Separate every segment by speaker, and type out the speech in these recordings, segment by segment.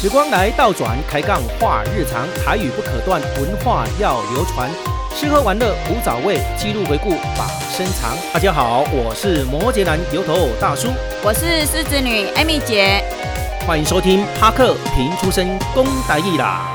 Speaker 1: 时光来倒转，开杠话日常，台语不可断，文化要流传。吃喝玩乐无早味，记录回顾把身藏。大家好，我是摩羯男油头大叔，
Speaker 2: 我是狮子女艾米姐。
Speaker 1: 欢迎收听帕克平出身公台义啦。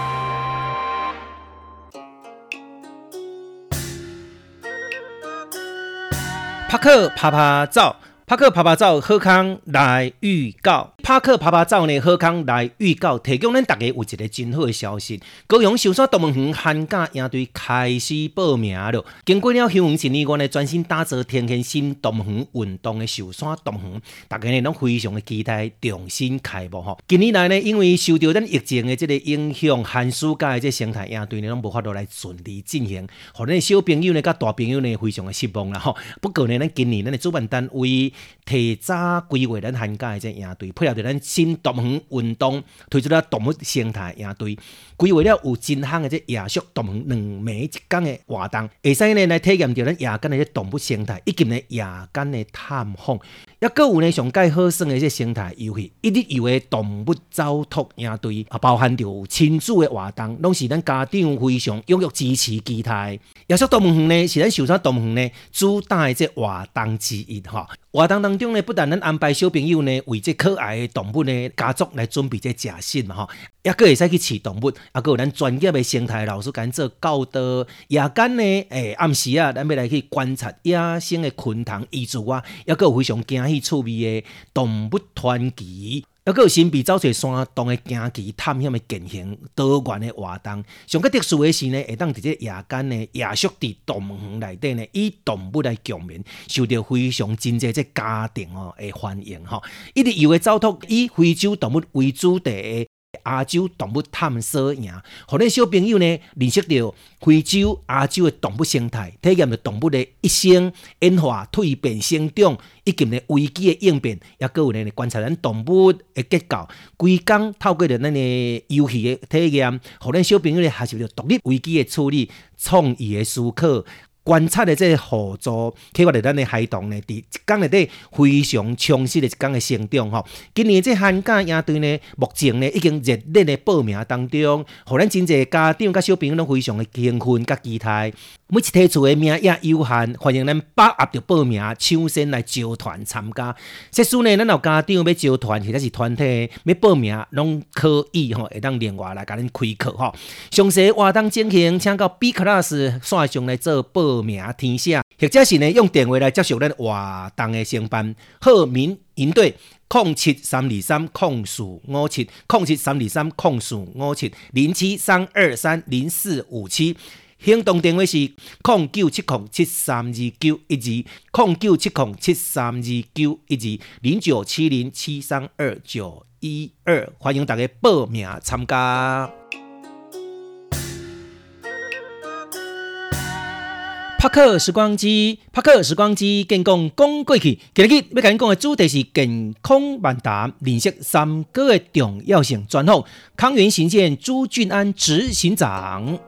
Speaker 1: 帕克啪啪照，帕克啪啪照，好康来预告。帕克啪啪照呢，好康来预告，提供咱大家有一个真好的消息。高雄秀山动物园寒假营队开始报名了。经过了休园一年，我呢专心打造天天新动物园运动的秀山动物园，大家呢拢非常的期待重新开幕吼。近年来呢，因为受到咱疫情的这个影响，寒暑假的这生态营队呢，拢无法度来顺利进行，互咱的小朋友呢、甲大朋友呢，非常的失望啦吼。不过呢，咱今年咱的主办单位提早规划咱寒假的这营队，配合着咱新动物园运动，推出了动物生态营队，规划了有真项的这野宿动物园两暝一天的活动，会使呢来体验着咱夜间的这动物生态，以及呢夜间的探访。抑阁有呢，上届好耍的这生态游戏，一日游的动物走托营队，啊，包含着有亲子的活动，拢是咱家长非常踊跃支持期待的。野宿动物园呢，是咱秀山动物园呢主打的这活动之一吼。活动当中呢，不但咱安排小朋友呢为这可爱的动物呢家族来准备这食食嘛吼，抑阁会使去饲动物，抑阁有咱专业的生态老师甲咱做教导。夜间呢，诶、暗时啊，咱要来去观察野生的昆虫遗珠啊，抑阁有非常惊喜趣味的动物传奇。抑阁有新秘走出山洞的惊奇探险的进行多元的活动。上较特殊的是呢，会当伫这夜间呢，夜宿伫动物园内底呢，以动物来共鸣，受到非常真济这家庭哦的欢迎吼。一直游的走托以非洲动物为主题的亚洲动物探索营，互咱小朋友呢认识到非洲、亚洲的动物生态，体验着动物的一生演化、蜕变、生长，以及呢危机的应变，也各有呢观察咱动物的结构。规工透过着咱的游戏的体验，互咱小朋友呢学习着独立危机的处理、创意的思考。观察的这个互助，启发着咱的孩童呢，伫一天内底非常充实的一天的成长吼。今年这寒假营队呢，目前呢已经热烈的报名当中，互咱真侪家长甲小朋友拢非常的兴奋甲期待。每一题厝的名额有限，欢迎咱把握着报名，抢先来招团参加。即使呢，咱有家长要招团或者是团体要报名，拢可以吼，会当另外来甲咱开课吼。详细活动进行，请到 B Class 线上来做报名填写，或者是呢用电话来接受咱活动的承办。鹤鸣营队。零七三二三零四五七，零七三二三零四五七，零七三二三零四五七。行动电话是零九七零七三二九一二，零九七零七三二九一二，零九七零七三二九一二，欢迎大家报名参加。拍克时光机，拍克时光机，健康讲过去。今日要甲你讲的主题是健康万达认识三高的重要性。专访康源行健朱俊安执行长。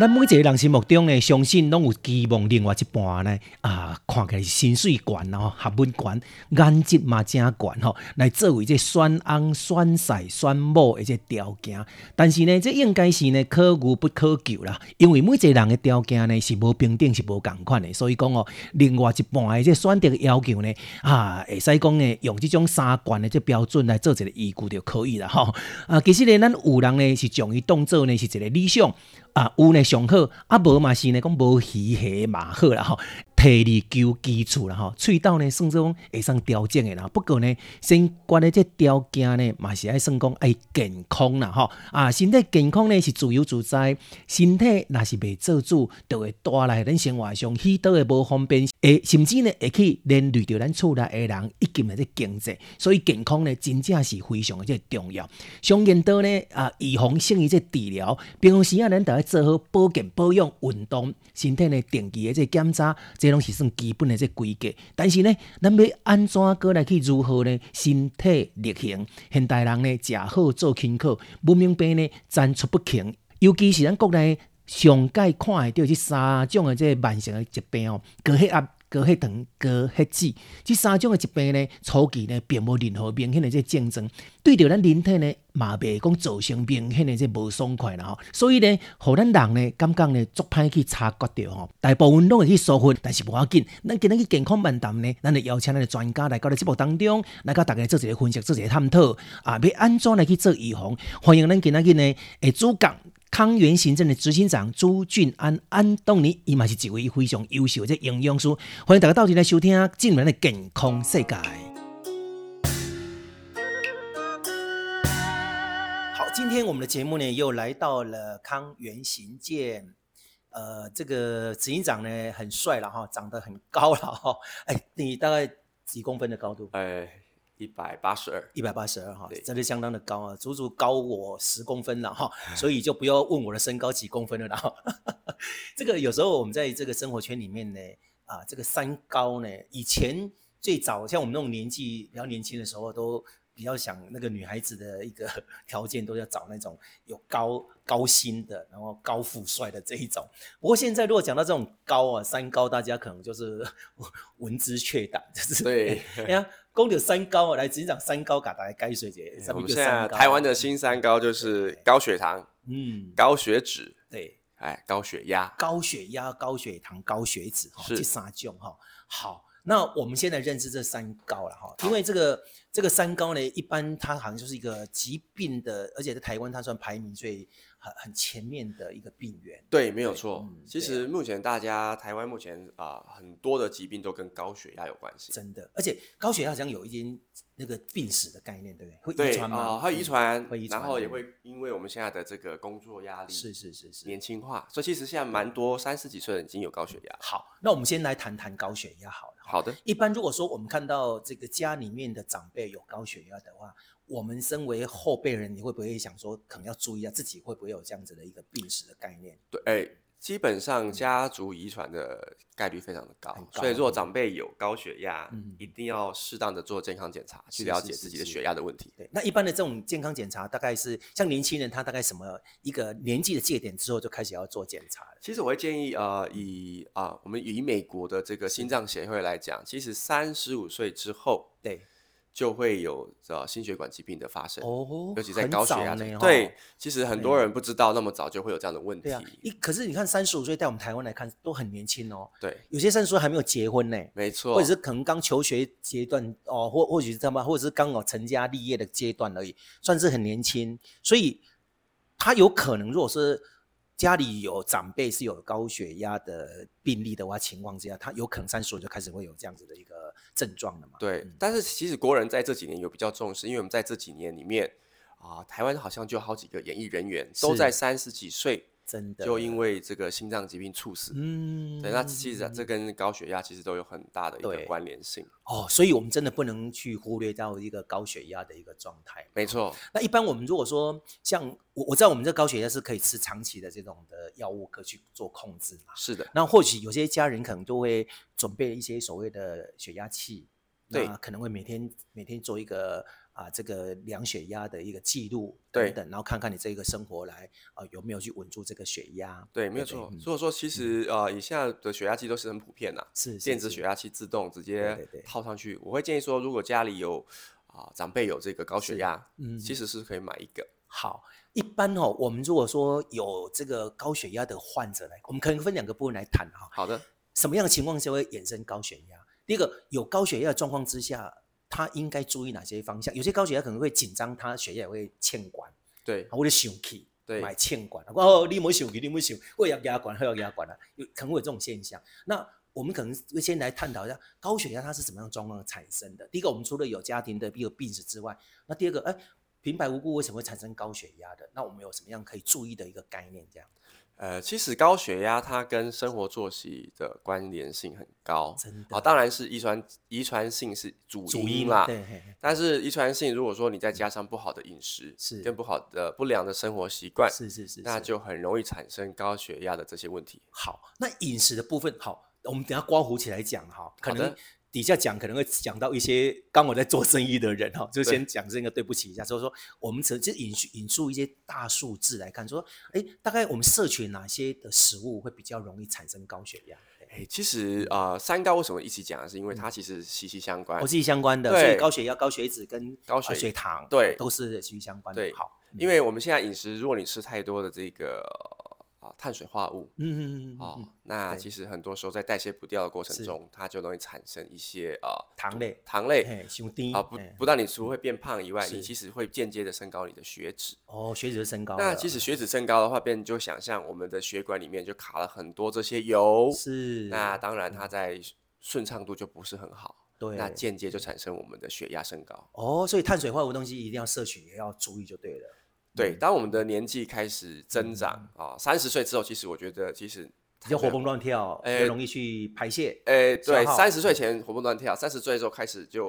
Speaker 1: 咱每一个人心目中呢，相信拢有期望另外一半呢，啊，看起来是薪水悬哦，学问悬，颜值嘛真悬吼，来作为这选翁、选婿、选某的这条件。但是呢，这应该是呢可遇不可求啦，因为每一个人的条件呢是无平等，是无共款的，所以讲哦，另外一半的这选择的要求呢，啊，会使讲呢用这种三观的这标准来做一个依据就可以了吼。啊，其实呢，咱有人呢是将伊当做呢是一个理想。啊，有呢上好，啊无嘛是呢讲无鱼虾嘛好啦吼，提力求基础啦吼，喙斗呢算做讲会上调整的啦。不过呢，先关的这条件呢，嘛是爱算讲爱健康啦吼。啊，身体健康呢是自由自在，身体若是袂做主，就会带来咱生活上许多的无方便，诶，甚至呢会去连累到咱厝内的人以及呢这经济。所以健康呢真正是非常的这重要。上言道呢啊，预防胜于这治疗。平常时啊，咱就要做好保健保养、运动、身体呢定期的这检查，这拢是算基本的这规格。但是呢，咱要安怎过来去如何呢？身体力行，现代人呢，食好做轻巧，文明病呢层出不穷，尤其是咱国内。上届看会到这三种的这慢性的疾病哦，高血压、高血糖、高血脂，即三种的疾病呢，初期呢并无任何明显的这症状，对着咱人体呢嘛袂讲造成明显的这无爽快啦吼。所以呢，互咱人呢感觉呢足歹去察觉着吼。大部分拢会去疏忽，但是无要紧。咱今日去健康漫谈呢，咱就邀请咱的专家来到咱节目当中，来甲大家做一个分析，做一个探讨啊，要安怎来去做预防？欢迎咱今仔日呢，诶，主讲。康源行政的执行长朱俊安安东尼，伊嘛是一位非常优秀的这营养师。欢迎大家到这来收听《今晚的健康世界》。好，今天我们的节目呢又来到了康源行健。呃，这个执行长呢很帅了哈，长得很高了哈。哎，你大概几公分的高度？
Speaker 3: 呃，一百八十二，
Speaker 1: 一百八十二哈
Speaker 3: 对，
Speaker 1: 真的相当的高啊，足足高我十公分了 哈，所以就不要问我的身高几公分了啦。 哈这个有时候我们在这个生活圈里面呢，啊，这个三高呢，以前最早像我们那种年纪比较年轻的时候，都比较想那个女孩子的一个 条件都要找那种有高高薪的，然后高富帅的这一种。不过现在如果讲到这种高啊，三高，大家可能就是 闻之却胆，就是
Speaker 3: 对
Speaker 1: 哎呀，讲到三高啊，来执行长三高，给大家解释一下。什
Speaker 3: 哎我
Speaker 1: 哎么
Speaker 3: 们
Speaker 1: 叫
Speaker 3: 现在啊
Speaker 1: 三高？啊
Speaker 3: 台湾的新三高就是高血糖、
Speaker 1: 嗯，
Speaker 3: 高血脂，
Speaker 1: 对，
Speaker 3: 哎，高血压。
Speaker 1: 高血压、高血糖、高血脂哈，
Speaker 3: 是
Speaker 1: 这三种哈。好，那我们现在认识这三高了哈，因为这个这个三高呢，一般它好像就是一个疾病的，而且在台湾它算排名最很很前面的一个病源。
Speaker 3: 对，没有错。
Speaker 1: 嗯
Speaker 3: 其
Speaker 1: 对
Speaker 3: 实目前大家台湾目前啊、很多的疾病都跟高血压有关系。
Speaker 1: 真的，而且高血压好像有一点那个病史的概念，对不对？会遗
Speaker 3: 对
Speaker 1: 传
Speaker 3: 啊、
Speaker 1: 吗？嗯
Speaker 3: 还有遗传，
Speaker 1: 会遗传
Speaker 3: 然后也
Speaker 1: 嗯
Speaker 3: 会因为我们现在的这个工作压力、
Speaker 1: 是是是是。
Speaker 3: 年轻化，所以其实现在蛮多三十几岁的人已经有高血压。
Speaker 1: 好，那我们先来谈谈高血压好了。
Speaker 3: 好的，
Speaker 1: 一般如果说我们看到这个家里面的长辈有高血压的话，我们身为后辈人，你会不会想说，可能要注意一下自己会不会有这样子的一个病史的概念？
Speaker 3: 对，哎、基本上家族遗传的概率非常的高，
Speaker 1: 很高
Speaker 3: 所以如果长辈有高血压，
Speaker 1: 嗯
Speaker 3: 一定要适当的做健康检查，
Speaker 1: 是
Speaker 3: 去了
Speaker 1: 是
Speaker 3: 解
Speaker 1: 是
Speaker 3: 自己的
Speaker 1: 是
Speaker 3: 血压的问题。
Speaker 1: 对，那一般的这种健康检查，大概是像年轻人，他大概什么一个年纪的界点之后就开始要做检查了？
Speaker 3: 其实我会建议，呃，以啊、我们以美国的这个心脏协会来讲，其实三十五岁之后
Speaker 1: 对，
Speaker 3: 就会有呃心血管疾病的发生，
Speaker 1: 哦
Speaker 3: 尤其在高血压
Speaker 1: 很早
Speaker 3: 这
Speaker 1: 呢，
Speaker 3: 对
Speaker 1: 哦，
Speaker 3: 啊其实很多人不知道那么早就会有这样的问题
Speaker 1: 对啊，，一可是你看三十五岁，在我们台湾来看都很年轻哦，
Speaker 3: 对，
Speaker 1: 有些三十岁还没有结婚呢。
Speaker 3: 没错，
Speaker 1: 或者是可能刚求学阶段哦，或或许是这样吧，或者是刚好成家立业的阶段而已，算是很年轻，所以他有可能，如果是家里有长辈是有高血压的病例的话，情况之下，他有可能三十岁就开始会有这样子的一个症状了嘛？
Speaker 3: 对
Speaker 1: 嗯，
Speaker 3: 但是其实国人在这几年有比较重视，因为我们在这几年里面啊，台湾好像就有好几个演艺人员都
Speaker 1: 是
Speaker 3: 在三十几岁
Speaker 1: 真的
Speaker 3: 就因为这个心脏疾病猝死。
Speaker 1: 嗯
Speaker 3: 对，那其实这跟高血压其实都有很大的一个
Speaker 1: 对
Speaker 3: 关联性。
Speaker 1: 哦，所以我们真的不能去忽略到一个高血压的一个状态。
Speaker 3: 没错，
Speaker 1: 那一般我们如果说像我我知道我们这高血压是可以吃长期的这种的药物可去做控制嘛，
Speaker 3: 是的，
Speaker 1: 那或许有些家人可能都会准备一些所谓的血压器，
Speaker 3: 对
Speaker 1: 那可能会每天每天做一个啊这个量血压的一个记录
Speaker 3: 对
Speaker 1: 等等，然后看看你这个生活来啊有没有去稳住这个血压。
Speaker 3: 对，没有
Speaker 1: 对
Speaker 3: 错
Speaker 1: 嗯。
Speaker 3: 所以说，其实呃，以下的血压计都是很普遍的，
Speaker 1: 是是
Speaker 3: 电子
Speaker 1: 是
Speaker 3: 血压器自动直
Speaker 1: 对
Speaker 3: 接
Speaker 1: 对
Speaker 3: 套上去。我会建议说，如果家里有啊长辈有这个高血压，
Speaker 1: 嗯
Speaker 3: 其实是可以买一个。
Speaker 1: 好，一般哦，我们如果说有这个高血压的患者来，我们可能分两个部分来谈哈、
Speaker 3: 好的，
Speaker 1: 什么样的情况下会衍生高血压？第一个，有高血压的状况之下，他应该注意哪些方向？有些高血压可能会紧张，他血压也会欠管。
Speaker 3: 对
Speaker 1: 啊，我就生气，
Speaker 3: 对
Speaker 1: 买欠管，我哦，你莫生气，你莫想，我也要给他管，我也要给他管啊，有可能会有这种现象。那我们可能会先来探讨一下高血压它是什么样的状况产生的。第一个，我们除了有家庭的一个病史之外，那第二个，哎，平白无故为什么会产生高血压的？那我们有什么样可以注意的一个概念？这样
Speaker 3: 呃，其实高血压它跟生活作息的关联性很高
Speaker 1: 真的
Speaker 3: 啊，当然是遗传遗传性是主因啦。
Speaker 1: 对，嘿嘿
Speaker 3: 但是遗传性，如果说你再加上不好的饮食，
Speaker 1: 是
Speaker 3: 跟不好的不良的生活习惯，
Speaker 1: 是是是，
Speaker 3: 那
Speaker 1: 是
Speaker 3: 就很容易产生高血压的这些问题。
Speaker 1: 好。那饮食的部分，好，我们等一下刮胡起来讲哈，可
Speaker 3: 好的
Speaker 1: 能。底下讲可能会讲到一些刚我在做生意的人哈，就
Speaker 3: 对
Speaker 1: 先讲这个对不起一下，就是说我们只就引述引述一些大数字来看，说哎，诶大概我们摄取哪些的食物会比较容易产生高血压？对
Speaker 3: 哎，其实啊、呃三高为什么一起讲，是因为它其实息息相关
Speaker 1: 嗯我。自己相关的，
Speaker 3: 哎对
Speaker 1: 所以高血压、高血脂跟
Speaker 3: 高血
Speaker 1: 呃血糖
Speaker 3: 对
Speaker 1: 都是息息相关的
Speaker 3: 对。
Speaker 1: 好，
Speaker 3: 因为我们现在饮食，如果你吃太多的这个啊碳水化合物
Speaker 1: 嗯嗯嗯嗯
Speaker 3: 哦
Speaker 1: 嗯，，
Speaker 3: 那
Speaker 1: 对
Speaker 3: 其实很多时候在代谢不掉的过
Speaker 1: 是
Speaker 3: 程中，它就容易产生一些啊
Speaker 1: 糖类，
Speaker 3: 糖类
Speaker 1: 嘿，兄弟
Speaker 3: 啊，不
Speaker 1: 嘿
Speaker 3: 不但你除了会变胖以外，
Speaker 1: 是
Speaker 3: 你其实会间接的升高你的血脂。
Speaker 1: 哦，血脂就升高了。啊
Speaker 3: 那即使血脂升高的话，便就想象我们的血管里面就卡了很多这些油，
Speaker 1: 是嗯
Speaker 3: 那当然它在顺畅度就不是很好，
Speaker 1: 对
Speaker 3: 那间接就产生我们的血压升高。
Speaker 1: 哦，所以碳水化合物东西一定要摄取，也要注意就对了。
Speaker 3: 对，当我们的年纪开始增长啊，三十岁之后，其实我觉得其实
Speaker 1: 比较嗯活 蹦乱跳，
Speaker 3: 哎
Speaker 1: 也容易去排泄。
Speaker 3: 诶，哎
Speaker 1: 消
Speaker 3: 对，
Speaker 1: 耗嗯
Speaker 3: 三十岁前活蹦乱跳，三十岁之后开始就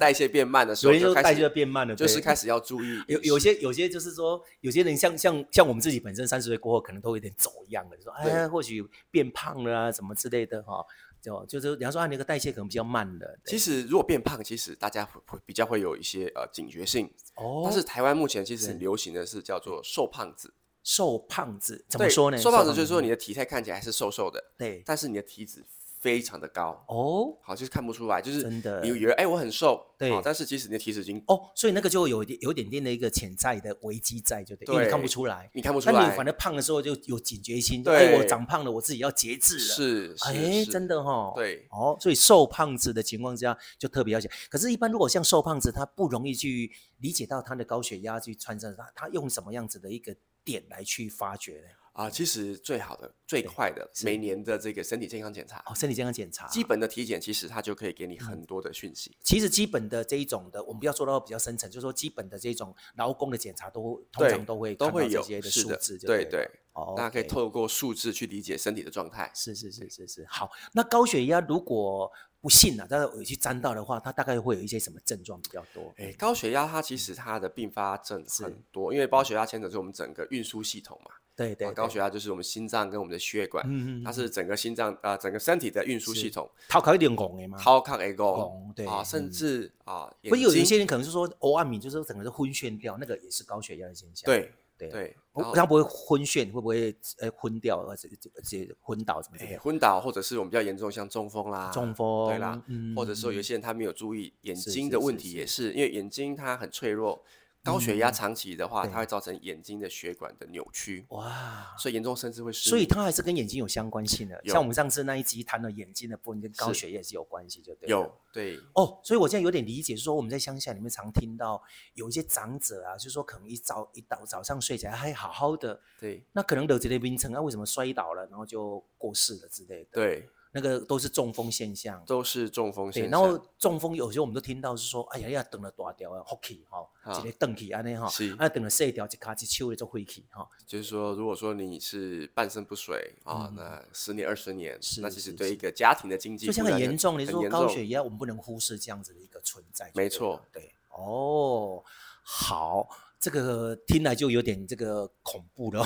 Speaker 3: 代谢变慢的时
Speaker 1: 有
Speaker 3: 候，
Speaker 1: 些时
Speaker 3: 就
Speaker 1: 候
Speaker 3: 开
Speaker 1: 代谢
Speaker 3: 始
Speaker 1: 变慢了，
Speaker 3: 就是
Speaker 1: 对
Speaker 3: 开始要注意饮
Speaker 1: 有有
Speaker 3: 食
Speaker 1: 些有些就是说，有些人像像像我们自己本身三十岁过后，可能都有点走样了，就说哎呀，
Speaker 3: 对
Speaker 1: 或许变胖了啊，什么之类的哈、就就是人家说啊，你那个代谢可能比较慢了。对
Speaker 3: 其实如果变胖，其实大家会会比较会有一些呃警觉性，
Speaker 1: 哦，
Speaker 3: 但是台湾目前其实
Speaker 1: 是
Speaker 3: 很流行的是叫做瘦胖子。
Speaker 1: 瘦胖子怎么
Speaker 3: 对，
Speaker 1: 说呢？
Speaker 3: 瘦胖子就是说你的体态看起来是瘦瘦的，
Speaker 1: 对
Speaker 3: 但是你的体脂非常的高，
Speaker 1: 哦
Speaker 3: 好就是看不出来，就是
Speaker 1: 真的
Speaker 3: 你以为哎我很瘦，
Speaker 1: 对
Speaker 3: 好但是其实你的体脂已经
Speaker 1: 哦，所以那个就有一点有一点点的一个潜在的危机在，就对，因为你
Speaker 3: 对
Speaker 1: 看不出来。
Speaker 3: 你看不出
Speaker 1: 那
Speaker 3: 来，
Speaker 1: 哎你反正胖的时候就有警觉心，就哎，我
Speaker 3: 对
Speaker 1: 长胖了，我自己要节制了。
Speaker 3: 是
Speaker 1: 哎，
Speaker 3: 是是
Speaker 1: 真的哈、哦，
Speaker 3: 对
Speaker 1: 哦，所以瘦胖子的情况之下就特别要讲。可是，一般如果像瘦胖子，他不容易去理解到他的高血压去穿上他，他用什么样子的一个点来去发掘呢？
Speaker 3: 啊，其实最好的最快的
Speaker 1: 是
Speaker 3: 每年的这个身体健康检查，
Speaker 1: 哦，身体健康检查，
Speaker 3: 基本的体检其实它就可以给你很多的讯息。
Speaker 1: 其实基本的这一种的，我们不要说到比较深层，就是说基本的这种劳工的检查都通
Speaker 3: 对
Speaker 1: 常都会
Speaker 3: 都
Speaker 1: 看到
Speaker 3: 会
Speaker 1: 这
Speaker 3: 有
Speaker 1: 些的
Speaker 3: 是
Speaker 1: 数
Speaker 3: 的
Speaker 1: 字就
Speaker 3: 对
Speaker 1: 了
Speaker 3: 对，
Speaker 1: 哦，
Speaker 3: 大家可以
Speaker 1: OK
Speaker 3: 透过数字去理解身体的状态。
Speaker 1: 是是是是是，好。那高血压如果不幸啊，但是有去沾到的话，它大概会有一些什么症状比较多？
Speaker 3: 哎，高血压它其实它的并发症
Speaker 1: 是
Speaker 3: 很多，因为高血压牵扯是我们整个运输系统嘛。
Speaker 1: 对对
Speaker 3: 啊
Speaker 1: 对，
Speaker 3: 高血压就是我们心脏跟我们的血管，
Speaker 1: 嗯嗯
Speaker 3: 它
Speaker 1: 嗯
Speaker 3: 是整个心脏啊、呃整个身体的运输
Speaker 1: 是
Speaker 3: 系统，
Speaker 1: 头壳一点红的嘛。
Speaker 3: 超抗 A
Speaker 1: 懂
Speaker 3: 功，
Speaker 1: 对
Speaker 3: 啊，
Speaker 1: 嗯
Speaker 3: 甚至啊，眼
Speaker 1: 不是有一
Speaker 3: 睛
Speaker 1: 些人可能是说偶尔敏，就是说整个都昏眩掉，那个也是高血压的现象。
Speaker 3: 对
Speaker 1: 对，
Speaker 3: 对，
Speaker 1: 哦
Speaker 3: 然后
Speaker 1: 他不会昏眩，会不会呃昏掉，或者直接昏倒什么之类
Speaker 3: 哎
Speaker 1: 的？
Speaker 3: 昏倒，或者是我们比较严重像中风啦，
Speaker 1: 中
Speaker 3: 啊对
Speaker 1: 风
Speaker 3: 啦，
Speaker 1: 嗯
Speaker 3: 或者说
Speaker 1: 嗯
Speaker 3: 有一些人他没有注意眼
Speaker 1: 是
Speaker 3: 睛
Speaker 1: 是
Speaker 3: 的
Speaker 1: 是
Speaker 3: 问题，
Speaker 1: 是嗯
Speaker 3: 也是因为眼睛它很脆弱，高血压长期的话，
Speaker 1: 对
Speaker 3: 它会造成眼睛的血管的扭曲，
Speaker 1: 哇，
Speaker 3: 所以严重甚至会失
Speaker 1: 所以
Speaker 3: 明
Speaker 1: 它还是跟眼睛有相关性的。像
Speaker 3: 有
Speaker 1: 我们上次那一集谈了眼睛的部分，跟高
Speaker 3: 是
Speaker 1: 血压也是有关系，就对了。
Speaker 3: 有对
Speaker 1: 哦，所以我现在有点理解，就是说我们在乡下里面常听到有一些长者啊，就是说可能一早一早早上睡起来还好好的，
Speaker 3: 对
Speaker 1: 那可能得这类病症啊，为什么摔倒了然后就过世了之类的？，
Speaker 3: 对，
Speaker 1: 那个都是中风现象。
Speaker 3: 都是中风
Speaker 1: 对，
Speaker 3: 现
Speaker 1: 然后
Speaker 3: 象，
Speaker 1: 中风有时候我们都听到是说，哎呀，要等了大条啊，福气哈，
Speaker 3: 啊
Speaker 1: 一个邓去安尼哈
Speaker 3: 是，
Speaker 1: 啊，等了细条一卡一手的做废气哈，
Speaker 3: 就是说，如果说你是半身不遂啊，那十年二十年，那
Speaker 1: 嗯是
Speaker 3: 其
Speaker 1: 是
Speaker 3: 实对
Speaker 1: 是
Speaker 3: 一个家庭的经济
Speaker 1: 就像
Speaker 3: 负
Speaker 1: 很
Speaker 3: 担
Speaker 1: 严重，你
Speaker 3: 很
Speaker 1: 说
Speaker 3: 严
Speaker 1: 高
Speaker 3: 重
Speaker 1: 血压，我们不能忽视这样子的一个存在就对了。
Speaker 3: 没错
Speaker 1: 对，哦，好，这个听来就有点这个恐怖 了，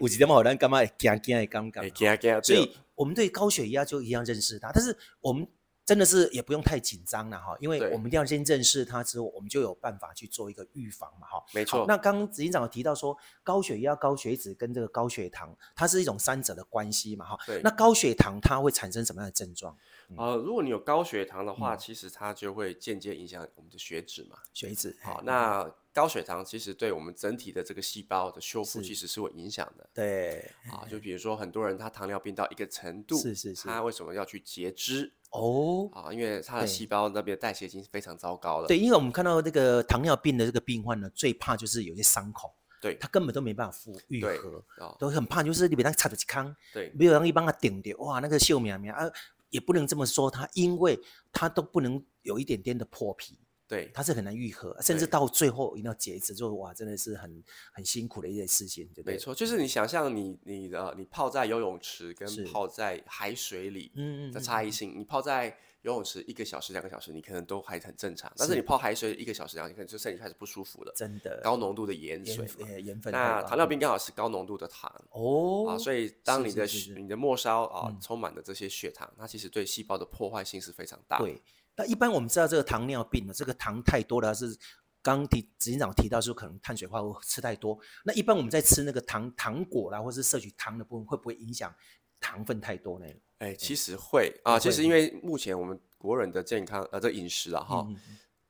Speaker 1: 有一点好咱干嘛惊惊的尴尬。
Speaker 3: 哎，惊惊，
Speaker 1: 所
Speaker 3: 对
Speaker 1: 以我们对高血压就一样认识它，但是我们真的是也不用太紧张了哈，因为
Speaker 3: 对
Speaker 1: 我们一定要先认识它之后，我们就有办法去做一个预防嘛哈。
Speaker 3: 没
Speaker 1: 好
Speaker 3: 错，
Speaker 1: 那刚刚执行长有提到说，高血压、高血脂跟这个高血糖，它是一种三者的关系嘛哈。
Speaker 3: 对
Speaker 1: 那高血糖它会产生什么样的症状？
Speaker 3: 呃，如果你有高血糖的
Speaker 1: 嗯
Speaker 3: 话，其实它就会间接影响我们的血脂嘛。
Speaker 1: 血脂。
Speaker 3: 好，
Speaker 1: 嘿
Speaker 3: 那高血糖其实对我们整体的这个细胞的修复
Speaker 1: 是
Speaker 3: 其实是有影响的
Speaker 1: 对
Speaker 3: 啊。就比如说很多人他糖尿病到一个程度，
Speaker 1: 是是是
Speaker 3: 他为什么要去截肢
Speaker 1: 哦，
Speaker 3: 啊？因为他
Speaker 1: 对
Speaker 3: 的细胞那边的代谢已经非常糟糕了。
Speaker 1: 对，因为我们看到这个糖尿病的这个病患呢，最怕就是有些伤口，
Speaker 3: 对
Speaker 1: 他根本都没办法复愈
Speaker 3: 对
Speaker 1: 合，
Speaker 3: 啊，
Speaker 1: 都很怕，就是你被他插着一康，
Speaker 3: 对
Speaker 1: 没有人一帮他顶着，哇，那个秀苗苗啊，也不能这么说他，因为他都不能有一点点的破皮。
Speaker 3: 对
Speaker 1: 它是很难愈合，甚至
Speaker 3: 对
Speaker 1: 到最后一定要截肢，就哇，真的是很很辛苦的一件事情，对不对？
Speaker 3: 没，错，就是你想象你你的你泡在游泳池跟
Speaker 1: 是
Speaker 3: 泡在海水里
Speaker 1: 嗯嗯，
Speaker 3: 的
Speaker 1: 嗯
Speaker 3: 差异性，你泡在游泳池一个小时、两个小时，你可能都还很正常，但是
Speaker 1: 是
Speaker 3: 你泡海水一个小时、两个小时，你可能就身体开始不舒服了，
Speaker 1: 真的
Speaker 3: 高浓度的盐
Speaker 1: 盐
Speaker 3: 水嘛。
Speaker 1: 分盐分太
Speaker 3: 那
Speaker 1: 高
Speaker 3: 糖尿病刚好是高浓度的糖
Speaker 1: 嗯哦
Speaker 3: 啊，所
Speaker 1: 以
Speaker 3: 以当
Speaker 1: 是
Speaker 3: 你
Speaker 1: 是
Speaker 3: 的
Speaker 1: 是
Speaker 3: 血
Speaker 1: 是
Speaker 3: 你的末梢啊
Speaker 1: 嗯
Speaker 3: 充满了这些血糖，它其实对细胞的破坏性是非常大的。
Speaker 1: 对。那一般我们知道这个糖尿病呢，这个糖太多了是。刚提执行长提到说，可能碳水化合物吃太多。那一般我们在吃那个糖糖果啦，或是摄取糖的部分，会不会影响糖分太多呢？
Speaker 3: 哎，其实会啊，其实因为目前我们国人的健康呃这饮食啊哈
Speaker 1: 嗯，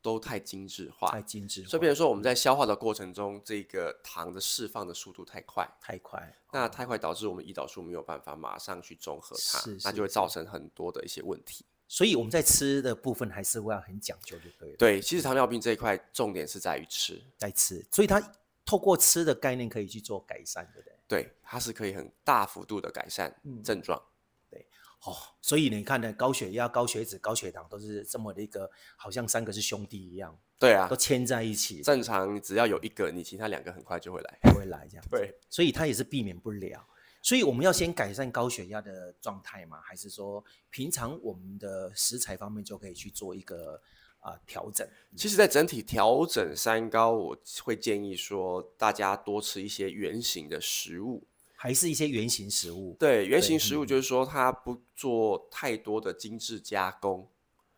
Speaker 3: 都太精致化
Speaker 1: 太，精致化，嗯
Speaker 3: 所以变成说我们在消化的过程中，这个糖的释放的速度太快，
Speaker 1: 太快。
Speaker 3: 那太快导致我们胰岛素没有办法马上去中和它
Speaker 1: 哦是，
Speaker 3: 那
Speaker 1: 是
Speaker 3: 就会
Speaker 1: 是
Speaker 3: 造成很多的一些问题。
Speaker 1: 所以我们在吃的部分还是会要很讲究，就对了。，
Speaker 3: 对，其实糖尿病这一块重点是在于吃，
Speaker 1: 在吃，所以它透过吃的概念可以去做改善，对不对？
Speaker 3: 对，它是可以很大幅度的改善
Speaker 1: 嗯
Speaker 3: 症状。
Speaker 1: 哦，所以你看呢，高血压、高血脂、高血糖都是这么的一个，好像三个是兄弟一样，
Speaker 3: 对啊
Speaker 1: 都，牵在一起，
Speaker 3: 正常只要有一个，你其他两个很快就会来。
Speaker 1: 才会来这样。
Speaker 3: 对，
Speaker 1: 所以它也是避免不了。所以我们要先改善高血压的状态嘛，还是说平常我们的食材方面就可以去做一个啊、调整？
Speaker 3: 其实，在整体调整三高，我会建议说，大家多吃一些圆形的食物。
Speaker 1: 还是一些原型食物？
Speaker 3: 对，
Speaker 1: 对嗯
Speaker 3: 圆形食物就是说它不做太多的精致加工。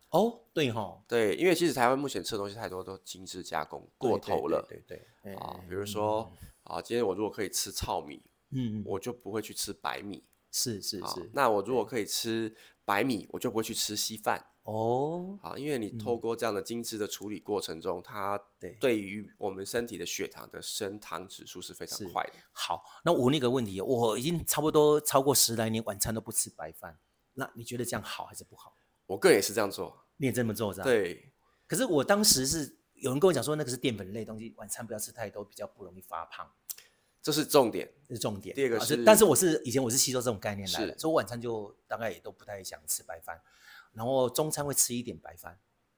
Speaker 1: 哦，对哈，
Speaker 3: 对，因为其实台湾目前吃的东西太多都精致加工
Speaker 1: 对
Speaker 3: 过
Speaker 1: 对
Speaker 3: 头了
Speaker 1: 对对对
Speaker 3: 啊
Speaker 1: 哎。
Speaker 3: 比如说啊，今天我如果可以吃糙米，
Speaker 1: 嗯，嗯，
Speaker 3: 我就不会去吃白米。
Speaker 1: 是是
Speaker 3: 啊
Speaker 1: 是，
Speaker 3: 那我如果可以吃白米，我就不会去吃稀饭
Speaker 1: 哦，
Speaker 3: 啊，因为你透过这样的精致的处理过程中，它
Speaker 1: 对
Speaker 3: 对于我们身体的血糖的升糖指数是非
Speaker 1: 是
Speaker 3: 常快的。
Speaker 1: 好，那我问你个问题，我已经差不多超过十来年晚餐都不吃白饭，那你觉得这样好还是不好？
Speaker 3: 我个人也是这样做，
Speaker 1: 你也这么做是吧？。
Speaker 3: 对
Speaker 1: 可是我当时是有人跟我讲说那个是淀粉类的东西，晚餐不要吃太多，比较不容易发胖，
Speaker 3: 这是重点。
Speaker 1: 这是重点。
Speaker 3: 第二个
Speaker 1: 啊
Speaker 3: 是
Speaker 1: 但是我是以前我是吸收这种概念来的，
Speaker 3: 是
Speaker 1: 所以我晚餐就大概也都不太想吃白饭，然后中餐会吃一点白饭，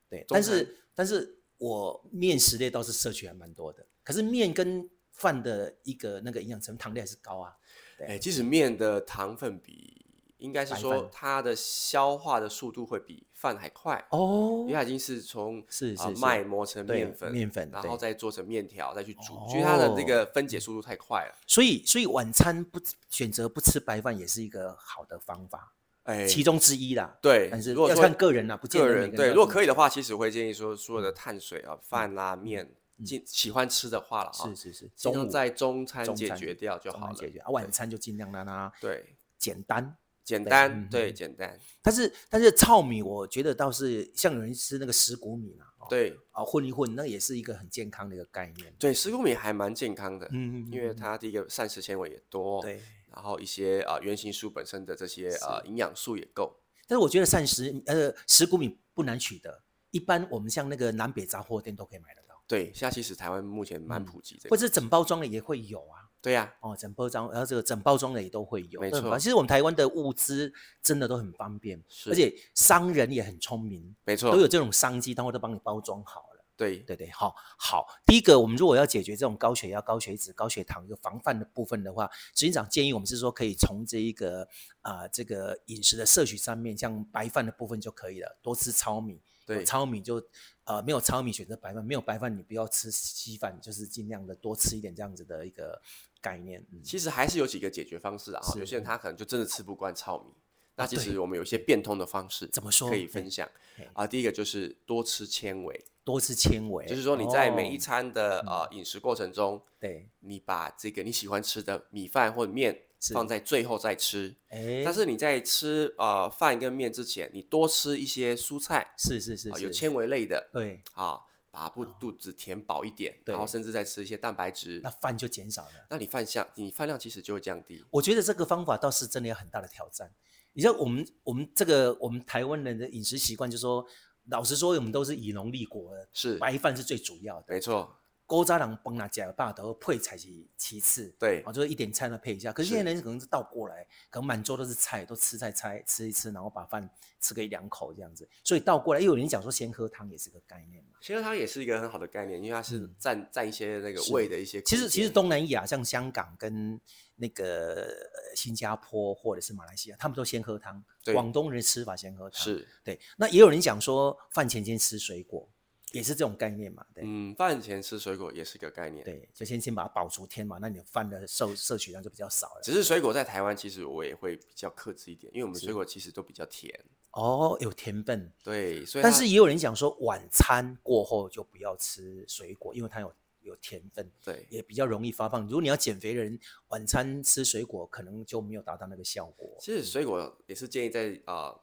Speaker 1: 对，
Speaker 3: 中
Speaker 1: 但
Speaker 3: 餐
Speaker 1: 是但是我面食类倒是摄取还蛮多的，可是面跟饭的一个那个营养成分糖类还是高啊，对
Speaker 3: 哎，即使面的糖分比，应该是
Speaker 1: 白
Speaker 3: 说
Speaker 1: 饭
Speaker 3: 它的消化的速度会比饭还快，
Speaker 1: 哦
Speaker 3: 因为它已经是从
Speaker 1: 是
Speaker 3: 啊
Speaker 1: 是是
Speaker 3: 麦磨成
Speaker 1: 对
Speaker 3: 面粉，
Speaker 1: 面粉
Speaker 3: 然
Speaker 1: 对
Speaker 3: 后再做成面条，再去煮，所以它的这
Speaker 1: 哦
Speaker 3: 个分解速度太快了。
Speaker 1: 所以，所以晚餐不吃选择不吃白饭也是一个好的方法，
Speaker 3: 哎，
Speaker 1: 其中之一啦。
Speaker 3: 对，
Speaker 1: 但是
Speaker 3: 如果
Speaker 1: 要
Speaker 3: 说
Speaker 1: 看个人啦，不见
Speaker 3: 个
Speaker 1: 得每
Speaker 3: 人
Speaker 1: 个
Speaker 3: 对，
Speaker 1: 人
Speaker 3: 如
Speaker 1: 都要
Speaker 3: 果可以的话，其实我会建议说，所有的碳水啊、饭啦、面，
Speaker 1: 嗯
Speaker 3: 尽喜欢吃的话了
Speaker 1: 这么
Speaker 3: 啊，
Speaker 1: 是是是，
Speaker 3: 尽
Speaker 1: 中
Speaker 3: 量
Speaker 1: 午
Speaker 3: 在中餐
Speaker 1: 中
Speaker 3: 解
Speaker 1: 餐
Speaker 3: 决掉就
Speaker 1: 中
Speaker 3: 好
Speaker 1: 餐
Speaker 3: 了。
Speaker 1: 解决啊，晚餐就尽量让它
Speaker 3: 对，
Speaker 1: 简单。
Speaker 3: 简
Speaker 1: 对
Speaker 3: 单，
Speaker 1: 嗯
Speaker 3: 对，
Speaker 1: 嗯
Speaker 3: 简单，
Speaker 1: 但是但是糙米，我觉得倒是像有人吃那个石谷米嘛，哦
Speaker 3: 对
Speaker 1: 啊混一混，那也是一个很健康的一个概念。
Speaker 3: 对，石谷米还蛮健康的，
Speaker 1: 嗯，嗯嗯
Speaker 3: 因为
Speaker 1: 嗯
Speaker 3: 它哦第一个膳食纤维也多，，
Speaker 1: 对，
Speaker 3: 然后一些啊原型蔬本身的这些呃营养素也够，
Speaker 1: 但是我觉得膳食呃石谷米不难取得，一般我们像那个南北杂货店都可以买得到，
Speaker 3: 对，现在其实台湾目前蛮
Speaker 1: 嗯
Speaker 3: 普及这
Speaker 1: 或
Speaker 3: 个，
Speaker 1: 者整包装的也会有啊。
Speaker 3: 对呀，
Speaker 1: 哦，整包装，然后这个整包装的也都会有，
Speaker 3: 没
Speaker 1: 都很
Speaker 3: 错
Speaker 1: 方其实我们台湾的物资真的都很方便，
Speaker 3: 是
Speaker 1: 而且商人也很聪明，
Speaker 3: 没错
Speaker 1: 都，有这种商机，他会都帮你包装好了。
Speaker 3: 对，
Speaker 1: 对对，好，好。第一个，我们如果要解决这种高血压、高血脂、高血糖一个防范的部分的话，执行长建议我们是说可以从这一个啊、这个饮食的摄取上面，像白饭的部分就可以了，多吃糙米。有
Speaker 3: 对
Speaker 1: 糙米就呃没有糙米选择白饭，没有白饭你不要吃稀饭，就是尽量的多吃一点这样子的一个概念。嗯
Speaker 3: 其实还是有几个解决方式啊。哈
Speaker 1: 是哦
Speaker 3: 有些人他可能就真的吃不惯糙米，那其
Speaker 1: 对
Speaker 3: 实我们有一些变通的方式，
Speaker 1: 怎么说
Speaker 3: 可以
Speaker 1: 嘿
Speaker 3: 分享
Speaker 1: 嘿
Speaker 3: 啊？第一个就是多吃纤维，
Speaker 1: 多吃纤维，
Speaker 3: 就是说你在每一
Speaker 1: 哦
Speaker 3: 餐的呃饮食过程中，
Speaker 1: 对，
Speaker 3: 你把这个你喜欢吃的米饭或者面
Speaker 1: 是
Speaker 3: 放在最后再吃，
Speaker 1: 哎，
Speaker 3: 但是你在吃呃饭跟面之前，你多吃一些蔬菜，
Speaker 1: 是是是
Speaker 3: 啊
Speaker 1: 是
Speaker 3: 有纤维类的
Speaker 1: 对，
Speaker 3: 啊，把肚肚子填饱一点，
Speaker 1: 对
Speaker 3: 然后甚至再吃一些蛋白质
Speaker 1: 那，饭就减少了。
Speaker 3: 那你饭量你饭量其实就会降低。
Speaker 1: 我觉得这个方法倒是真的有很大的挑战。你知道我们我们这个我们台湾人的饮食习惯，就说老实说，我们都是以农立国的，
Speaker 3: 是，
Speaker 1: 白饭是最主要的，
Speaker 3: 没错，
Speaker 1: 锅渣郎崩啦、假霸头配才是其次。
Speaker 3: 对
Speaker 1: 哦，就是一点菜呢配一下。可是
Speaker 3: 是
Speaker 1: 现在人可能是倒过来，可能满桌都是菜，都吃菜菜吃一吃，然后把饭吃个一两口这样子。所以倒过来，因为有人讲说先喝汤也是个概念嘛。
Speaker 3: 鲜肉汤也是一个很好的概念，因为它是
Speaker 1: 嗯
Speaker 3: 占、占一些那个
Speaker 1: 是
Speaker 3: 胃的一些空
Speaker 1: 其
Speaker 3: 间。
Speaker 1: 实其实东南亚像香港跟那个呃新加坡或者是马来西亚，他们都先喝汤。
Speaker 3: 对
Speaker 1: 广东人吃法先喝汤。
Speaker 3: 是，
Speaker 1: 对，那也有人讲说饭前先吃水果，也是这种概念嘛，对、
Speaker 3: 嗯，饭前吃水果也是个概念。，
Speaker 1: 对，就先先把它饱足天嘛，那你饭的摄摄取量就比较少了。
Speaker 3: 只是水果在台湾其实我也会比较克制一点，因为我们
Speaker 1: 是
Speaker 3: 水果其实都比较甜。
Speaker 1: 哦，有甜分，
Speaker 3: 对，所以啊
Speaker 1: 但
Speaker 3: 它
Speaker 1: 是也有人讲说晚餐过后就不要吃水果，因为它有有甜分，
Speaker 3: 对，
Speaker 1: 也比较容易发胖。如果你要减肥的人，晚餐吃水果可能就没有达到那个效果。
Speaker 3: 其实水果也是建议在啊、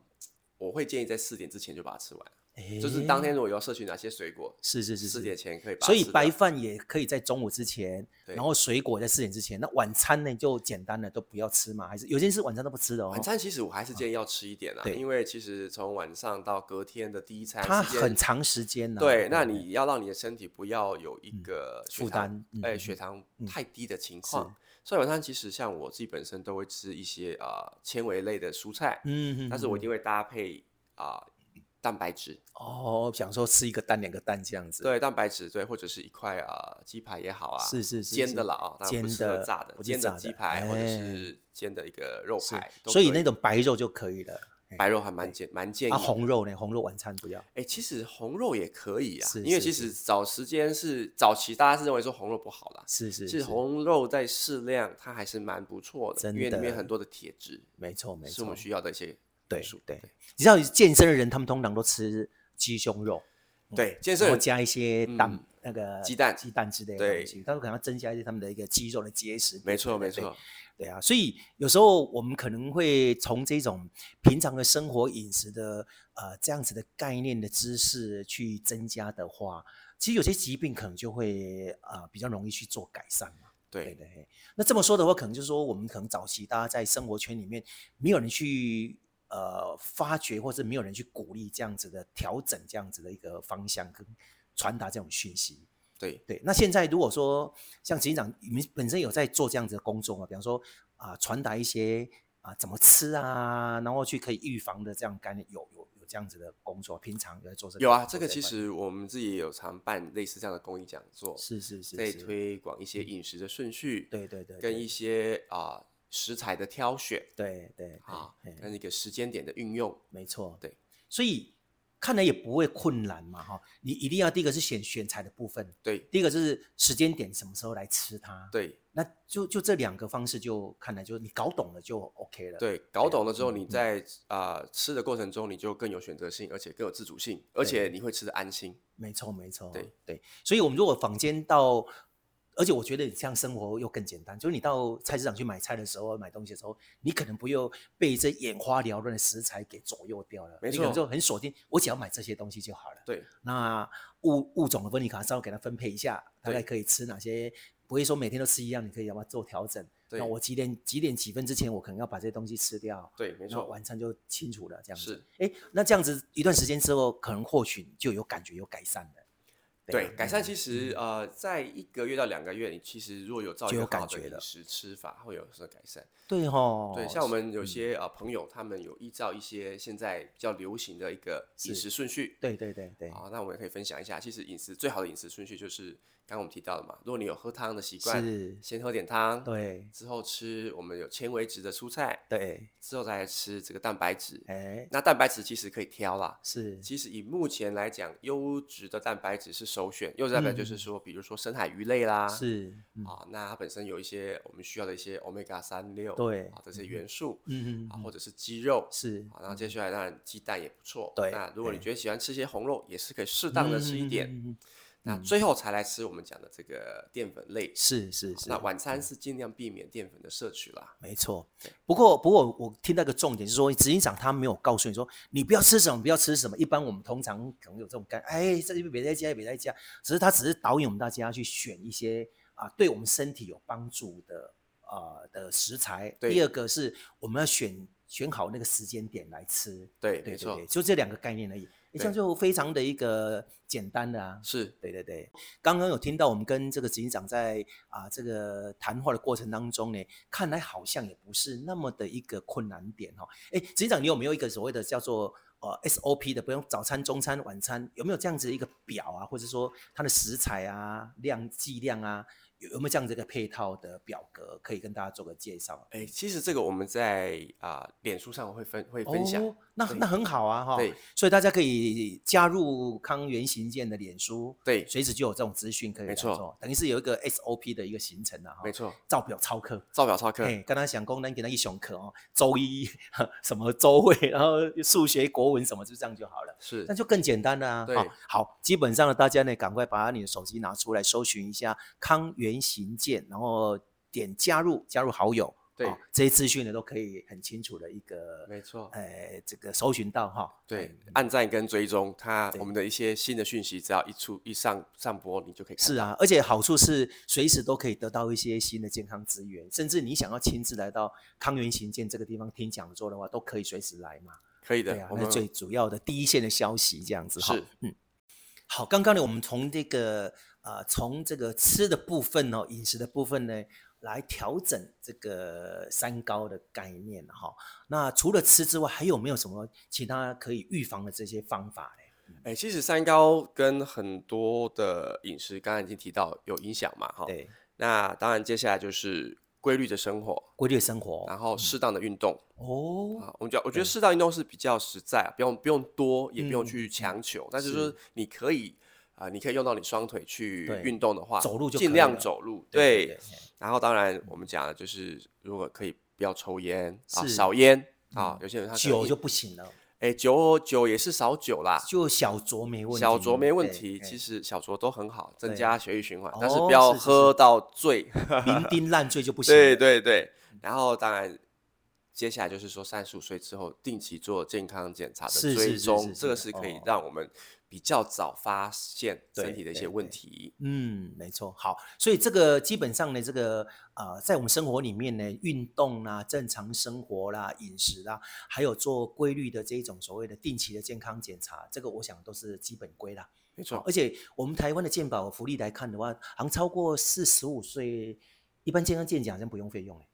Speaker 3: 我会建议在四点之前就把它吃完，
Speaker 1: 诶
Speaker 3: 就是当天如果要摄取哪些水果，
Speaker 1: 是是是
Speaker 3: 四
Speaker 1: 是
Speaker 3: 点，前可以把它
Speaker 1: 所
Speaker 3: 吃掉。
Speaker 1: 以白饭也可以在中午之前，
Speaker 3: 对
Speaker 1: 然后水果在四点之前。那晚餐呢就简单了，都不要吃嘛，还是有些人是晚餐都不吃的哦。
Speaker 3: 晚餐其实我还是建议要吃一点啊，
Speaker 1: 对
Speaker 3: 因为其实从晚上到隔天的第一餐
Speaker 1: 它
Speaker 3: 时间
Speaker 1: 很长时间呢、
Speaker 3: 对，那你要让你的身体不要有一个
Speaker 1: 嗯
Speaker 3: 血
Speaker 1: 负
Speaker 3: 糖
Speaker 1: 担嗯
Speaker 3: 哎、
Speaker 1: 嗯
Speaker 3: 血
Speaker 1: 嗯
Speaker 3: 糖
Speaker 1: 嗯
Speaker 3: 太低的情况。所以晚上其实像我自己本身都会吃一些啊、呃纤维类的蔬菜，
Speaker 1: 嗯，嗯
Speaker 3: 但是我
Speaker 1: 嗯
Speaker 3: 一定会搭配啊、蛋白质，
Speaker 1: 哦，想说吃一个蛋两个蛋这样子。
Speaker 3: 对蛋白质，对或者是一块啊、鸡排也好啊，
Speaker 1: 是是是
Speaker 3: 煎
Speaker 1: 是
Speaker 3: 的了啊，当然不
Speaker 1: 煎
Speaker 3: 适合
Speaker 1: 的
Speaker 3: 炸的，
Speaker 1: 不是
Speaker 3: 煎的
Speaker 1: 炸
Speaker 3: 鸡
Speaker 1: 的
Speaker 3: 排、或者
Speaker 1: 哎
Speaker 3: 是煎的一个肉
Speaker 1: 是
Speaker 3: 排都可，
Speaker 1: 所以那种白肉就可以了。哎
Speaker 3: 白肉还蛮建蛮建议
Speaker 1: 啊，
Speaker 3: 的。
Speaker 1: 红肉呢？红肉晚餐不要。
Speaker 3: 哎、其实红肉也可以啊，
Speaker 1: 是
Speaker 3: 因为
Speaker 1: 是
Speaker 3: 其
Speaker 1: 是
Speaker 3: 实早时间是早期大家是认为说红肉不好啦，
Speaker 1: 是是
Speaker 3: 其实红肉在适量它还是蛮不错的，
Speaker 1: 真
Speaker 3: 因为里面
Speaker 1: 的
Speaker 3: 很多的铁质
Speaker 1: 没错没
Speaker 3: 是
Speaker 1: 错
Speaker 3: 我们，需要的一些
Speaker 1: 对
Speaker 3: 素
Speaker 1: 对
Speaker 3: 对。
Speaker 1: 你知道健身的人，他们通常都吃鸡胸肉，
Speaker 3: 对，健身
Speaker 1: 嗯然后
Speaker 3: 人
Speaker 1: 加一些蛋、
Speaker 3: 嗯
Speaker 1: 那个
Speaker 3: 鸡蛋
Speaker 1: 鸡蛋之类的
Speaker 3: 对
Speaker 1: 东西，他们可能要增加一些他们的一个肌肉的结实。
Speaker 3: 没错没
Speaker 1: 对
Speaker 3: 错，
Speaker 1: 对啊，所以有时候我们可能会从这种平常的生活饮食的呃这样子的概念的知识去增加的话，其实有些疾病可能就会呃比较容易去做改善嘛。对
Speaker 3: 对
Speaker 1: 对对。那这么说的话，可能就是说我们可能早期大家在生活圈里面没有人去呃发掘，或者没有人去鼓励这样子的调整这样子的一个方向跟传达这种讯息。
Speaker 3: 对
Speaker 1: 对，那现在如果说像警长，你们本身有在做这样子的工作嘛？比方说啊、传达一些啊、怎么吃啊，然后去可以预防的这样概念，有有有这样子的工作，平常有在做这个
Speaker 3: 有啊，
Speaker 1: 做
Speaker 3: 这个
Speaker 1: 一
Speaker 3: 其
Speaker 1: 块
Speaker 3: 实我们自己也有常办类似这样的公益讲座，
Speaker 1: 是是是
Speaker 3: 在
Speaker 1: 是，嗯
Speaker 3: 推广一些饮食的顺序，
Speaker 1: 对对对，
Speaker 3: 跟一些啊、食材的挑选
Speaker 1: 对对对
Speaker 3: 啊
Speaker 1: 嘿，
Speaker 3: 跟一个时间点的运用，
Speaker 1: 没错，
Speaker 3: 对，
Speaker 1: 所以看来也不会困难嘛，哈，你一定要第一个是选选材的部分，
Speaker 3: 对
Speaker 1: 第一个就是时间点什么时候来吃它，，
Speaker 3: 对
Speaker 1: 那就就这两个方式就看来就你搞懂了就 OK 了，
Speaker 3: 对，搞懂了之后，
Speaker 1: 嗯
Speaker 3: 你
Speaker 1: 嗯
Speaker 3: 在啊、吃的过程中，你就更有选择性，而且更有自主性，而
Speaker 1: 对
Speaker 3: 且你会吃的安心，
Speaker 1: 没错，没错，
Speaker 3: 对
Speaker 1: 对，所以我们如果坊间到，而且我觉得这样生活又更简单，就是你到菜市场去买菜的时候、买东西的时候，你可能不用被这眼花缭乱的食材给左右掉了，
Speaker 3: 没
Speaker 1: 你可能
Speaker 3: 错
Speaker 1: 就很锁定，我只要买这些东西就好了。
Speaker 3: 对
Speaker 1: 那物物种的分离卡稍微给它分配一下，大概
Speaker 3: 对
Speaker 1: 可以吃哪些，不会说每天都吃一样，你可以要不要做调整？
Speaker 3: 对
Speaker 1: 那我几点几点几分之前，我可能要把这些东西吃掉。
Speaker 3: 对，没
Speaker 1: 没
Speaker 3: 错，
Speaker 1: 晚餐就清楚了，这样子
Speaker 3: 是。
Speaker 1: 哎，那这样子一段时间之后，可能或许就有感觉有改善了。
Speaker 3: 对
Speaker 1: 啊，
Speaker 3: 改善
Speaker 1: 嗯
Speaker 3: 其实呃，在一个月到两个月，你其实如果有照一
Speaker 1: 就
Speaker 3: 个
Speaker 1: 有感
Speaker 3: 好的
Speaker 1: 觉
Speaker 3: 饮
Speaker 1: 了
Speaker 3: 食吃法，会有所改善。
Speaker 1: 对哦，
Speaker 3: 对，像我们有些呃朋友，他们有依照一些现在比较流行的一个
Speaker 1: 是
Speaker 3: 饮食顺序。
Speaker 1: 对对对对，
Speaker 3: 啊，那我也可以分享一下，其实饮食最好的饮食顺序就是刚刚我们提到的嘛，如果你有喝汤的习惯，
Speaker 1: 是，
Speaker 3: 先喝点汤，，
Speaker 1: 对
Speaker 3: 之后吃我们有纤维质的蔬菜，
Speaker 1: 对，
Speaker 3: 之后再来吃这个蛋白质。
Speaker 1: 哎，
Speaker 3: 那蛋白质其实可以挑啦，
Speaker 1: 是
Speaker 3: 其实以目前来讲，优质的蛋白质是首选。优质蛋白质就是
Speaker 1: 嗯
Speaker 3: 说，比如说深海鱼类啦，
Speaker 1: 是，嗯
Speaker 3: 啊，那它本身有一些我们需要的一些 omega 三六
Speaker 1: 对
Speaker 3: 啊这
Speaker 1: 嗯
Speaker 3: 些
Speaker 1: 哼
Speaker 3: 元素
Speaker 1: 嗯嗯
Speaker 3: 啊，
Speaker 1: 嗯，
Speaker 3: 或者是鸡肉
Speaker 1: 是嗯
Speaker 3: 啊，然后接下来当然鸡蛋也不错。
Speaker 1: 对
Speaker 3: 那如果你
Speaker 1: 对
Speaker 3: 觉得喜欢吃一些红肉，也是可以适当的吃一点。
Speaker 1: 嗯嗯嗯嗯嗯
Speaker 3: 那最后才来吃我们讲的这个淀粉类。啊
Speaker 1: 是是是。
Speaker 3: 那晚餐是尽量避免淀粉的摄取啦。
Speaker 1: 没错
Speaker 3: 对，
Speaker 1: 不过不过我听到一个重点是说，执行长他没有告诉你说你不要吃什么，不要吃什么。一般我们通常可能有这种感，哎，这边别再加，别再加。只是他只是导引我们大家去选一些啊、对我们身体有帮助的呃的食材。
Speaker 3: 对
Speaker 1: 第二个是我们要选选好那个时间点来吃。
Speaker 3: 对，
Speaker 1: 对
Speaker 3: 没
Speaker 1: 对
Speaker 3: 错
Speaker 1: 对，，就这两个概念而已，诶这样
Speaker 3: 对
Speaker 1: 就非常的一个简单的啊。
Speaker 3: 是
Speaker 1: 对对对，刚刚有听到我们跟这个执行长在啊、这个谈话的过程当中呢，看来好像也不是那么的一个困难点哈、哦。哎，执行长，你有没有一个所谓的叫做呃 SOP 的，不用早餐、中餐、晚餐，有没有这样子的一个表啊，或者说它的食材啊、量剂量啊，有有没有这样子一个配套的表格可以跟大家做个介绍？啊
Speaker 3: 哎，其实这个我们在啊、脸书上会分会分享。
Speaker 1: 哦那
Speaker 3: 对
Speaker 1: 那很好啊哈。
Speaker 3: 对
Speaker 1: 所以大家可以加入康源行健的脸书，
Speaker 3: 对
Speaker 1: 随时就有这种资讯可以来
Speaker 3: 没错
Speaker 1: 做，等于是有一个 SOP 的一个行程啊哈
Speaker 3: 没。错，
Speaker 1: 照表操课，
Speaker 3: 造表超课，
Speaker 1: 嘿，跟他想功能给他一雄课哦，周一 什么周会，然后数学、国文什么，就这样就好了，
Speaker 3: 是
Speaker 1: 那就更简单了啊。
Speaker 3: 对
Speaker 1: 哦好，基本上呢，大家呢赶快把你的手机拿出来搜寻一下康源行健，然后点加入，加入好友，
Speaker 3: 对
Speaker 1: 哦这些资讯呢都可以很清楚的一个，
Speaker 3: 没错，
Speaker 1: 呃，这个搜寻到哈、
Speaker 3: 对
Speaker 1: 嗯，
Speaker 3: 按赞跟追踪它，
Speaker 1: 对
Speaker 3: 我们的一些新的讯息，只要一出一上上播，你就可以看
Speaker 1: 是
Speaker 3: 到，
Speaker 1: 啊，而且好处是随时都可以得到一些新的健康资源，甚至你想要亲自来到康源行健这个地方听讲座的话，都可以随时来嘛。
Speaker 3: 可以
Speaker 1: 对
Speaker 3: 的
Speaker 1: 啊，，
Speaker 3: 我
Speaker 1: 那
Speaker 3: 们
Speaker 1: 最主要的第一线的消息这样子哈。
Speaker 3: 是，
Speaker 1: 嗯，好，刚刚呢，我们从这个呃，从这个吃的部分哦，饮食的部分呢，来调整这个三高的概念哈、那除了吃之外，还有没有什么其他可以预防的这些方法呢？
Speaker 3: 哎、其实三高跟很多的饮食，刚刚已经提到有影响嘛，哈。
Speaker 1: 对，
Speaker 3: 那当然，接下来就是规律的生活，
Speaker 1: 规律的生活。
Speaker 3: 然后适当的运动、
Speaker 1: 哦，
Speaker 3: 啊。我觉得，我觉
Speaker 1: 嗯对
Speaker 3: 得适当运动是比较实在、啊，不用不用多，也不用
Speaker 1: 嗯
Speaker 3: 去强求，但是
Speaker 1: 是
Speaker 3: 说你可以啊、你可以用到你双腿去
Speaker 1: 对
Speaker 3: 运动的话，
Speaker 1: 走路就
Speaker 3: 尽
Speaker 1: 可以
Speaker 3: 量
Speaker 1: 了
Speaker 3: 走路，
Speaker 1: 对对对
Speaker 3: 然后当然我们讲的就是，如果可以不要抽烟啊，
Speaker 1: 是嗯
Speaker 3: 少烟啊。有些人他可能
Speaker 1: 酒
Speaker 3: 一
Speaker 1: 就不行了，
Speaker 3: 哎、酒酒也是少酒啦，
Speaker 1: 就小酌没问题。
Speaker 3: 啊小酌没问
Speaker 1: 对
Speaker 3: 题，
Speaker 1: 对
Speaker 3: 其实小酌都很好，增
Speaker 1: 对
Speaker 3: 加血液循环，但是
Speaker 1: 哦
Speaker 3: 不要
Speaker 1: 是是
Speaker 3: 喝
Speaker 1: 是
Speaker 3: 到 醉。
Speaker 1: 酩酊烂醉就不行了。
Speaker 3: 对对对，然后当然，接下来就是说三十五岁之后定期做健康检查
Speaker 1: 是
Speaker 3: 的
Speaker 1: 是
Speaker 3: 追
Speaker 1: 是
Speaker 3: 踪，
Speaker 1: 是
Speaker 3: 这个
Speaker 1: 是
Speaker 3: 是可以
Speaker 1: 哦
Speaker 3: 让我们比较早发现
Speaker 1: 对
Speaker 3: 身体的一
Speaker 1: 对
Speaker 3: 些问
Speaker 1: 对
Speaker 3: 题。
Speaker 1: 嗯，没错。好，所以这个基本上呢，这个呃，在我们生活里面呢，运动啦、正常生活啦、饮食啦，还有做规律的这一种所谓的定期的健康检查，这个我想都是基本规啦。
Speaker 3: 没
Speaker 1: 好
Speaker 3: 错，
Speaker 1: 而且我们台湾的健保福利来看的话，好像超过四十五岁，一般健康健检好像不用费用欸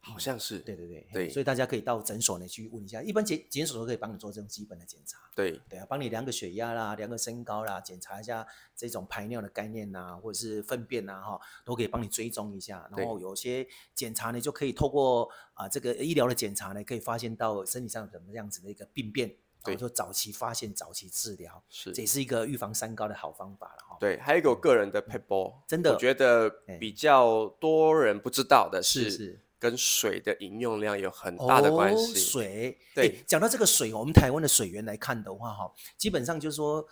Speaker 3: 好像是
Speaker 1: 对对对，
Speaker 3: 对
Speaker 1: 所以大家可以到诊所呢去问一下，一般检检所都可以帮你做这种基本的检查。
Speaker 3: 对
Speaker 1: 对啊，帮你量个血压啦，量个身高啦，检查一下这种排尿的概念呐、或者是粪便呐、哈，都可以帮你追踪一下。
Speaker 3: 对
Speaker 1: 然后有些检查呢，就可以透过啊、这个医疗的检查呢，可以发现到身体上有什么样子的一个病变，然
Speaker 3: 对
Speaker 1: 后就早期发现、早期治疗，
Speaker 3: 是
Speaker 1: 这也是一个预防三高的好方法了哈。，
Speaker 3: 对。还有一个我个人的 p e b b l
Speaker 1: 嗯真
Speaker 3: 我
Speaker 1: 的
Speaker 3: 觉得
Speaker 1: 哎
Speaker 3: 比较多人不知道的
Speaker 1: 是
Speaker 3: 是，
Speaker 1: 是
Speaker 3: 跟水的饮用量有很大的关
Speaker 1: 哦
Speaker 3: 系。
Speaker 1: 水，
Speaker 3: 对
Speaker 1: 诶讲到这个水哦，我们台湾的水源来看的话，哈，基本上就是说。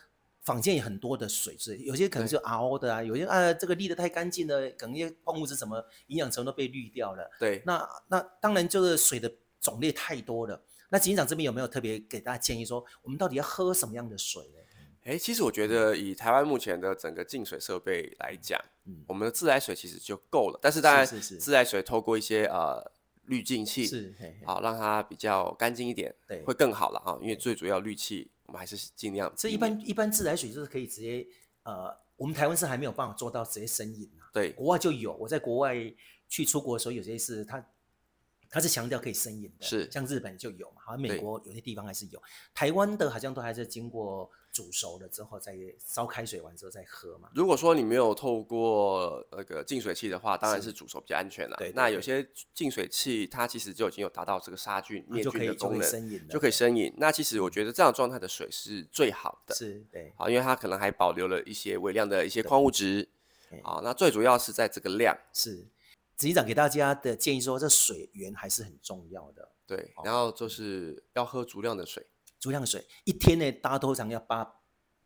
Speaker 1: 坊间也很多的水质，有些可能是
Speaker 3: 对
Speaker 1: 熬的啊，有些啊这个沥的太干净了，可能一些矿物质什么营养成分都被滤掉了。
Speaker 3: 对，
Speaker 1: 那那当然就是水的种类太多了。那警长这边有没有特别给大家建议说，我们到底要喝什么样的水呢？
Speaker 3: 哎，其实我觉得以台湾目前的整个净水设备来讲，
Speaker 1: 嗯，
Speaker 3: 我们的自来水其实就够了。但是当然，
Speaker 1: 是是是
Speaker 3: 自来水透过一些呃滤净器，
Speaker 1: 是，嘿嘿
Speaker 3: 啊，让它比较干净一点，
Speaker 1: 对
Speaker 3: 会更好了啊。因为最主要滤器，我们还是尽量
Speaker 1: 这
Speaker 3: 避
Speaker 1: 一般
Speaker 3: 免
Speaker 1: 一般自来水就是可以直接呃，我们台湾是还没有办法做到直接生饮啊。
Speaker 3: 对
Speaker 1: 国外就有，我在国外去出国的时候，有些是它它是强调可以生饮的，
Speaker 3: 是
Speaker 1: 像日本就有嘛，好像
Speaker 3: 对
Speaker 1: 美国有些地方还是有，台湾的好像都还是经过煮熟了之后再烧开水完之后再喝嘛。
Speaker 3: 如果说你没有透过那个净水器的话，当然
Speaker 1: 是
Speaker 3: 是煮熟比较安全啦。
Speaker 1: 对对
Speaker 3: 那
Speaker 1: 对
Speaker 3: 有些净水器它其实就已经有达到这个杀菌、灭
Speaker 1: 哦就可
Speaker 3: 菌的
Speaker 1: 以就可
Speaker 3: 功
Speaker 1: 以
Speaker 3: 能，
Speaker 1: 生饮了，
Speaker 3: 就可以生饮。那其实我觉得这样状态的水是最好的，
Speaker 1: 是对，
Speaker 3: 啊，因为它可能还保留了一些微量的一些
Speaker 1: 对
Speaker 3: 矿物质
Speaker 1: 对
Speaker 3: 啊。那最主要是在这个量，
Speaker 1: 是。执行长给大家的建议说，这水源还是很重要的。
Speaker 3: 对
Speaker 1: 好，
Speaker 3: 然后就是要喝足量的水。
Speaker 1: 足量水一天呢，大家通常要八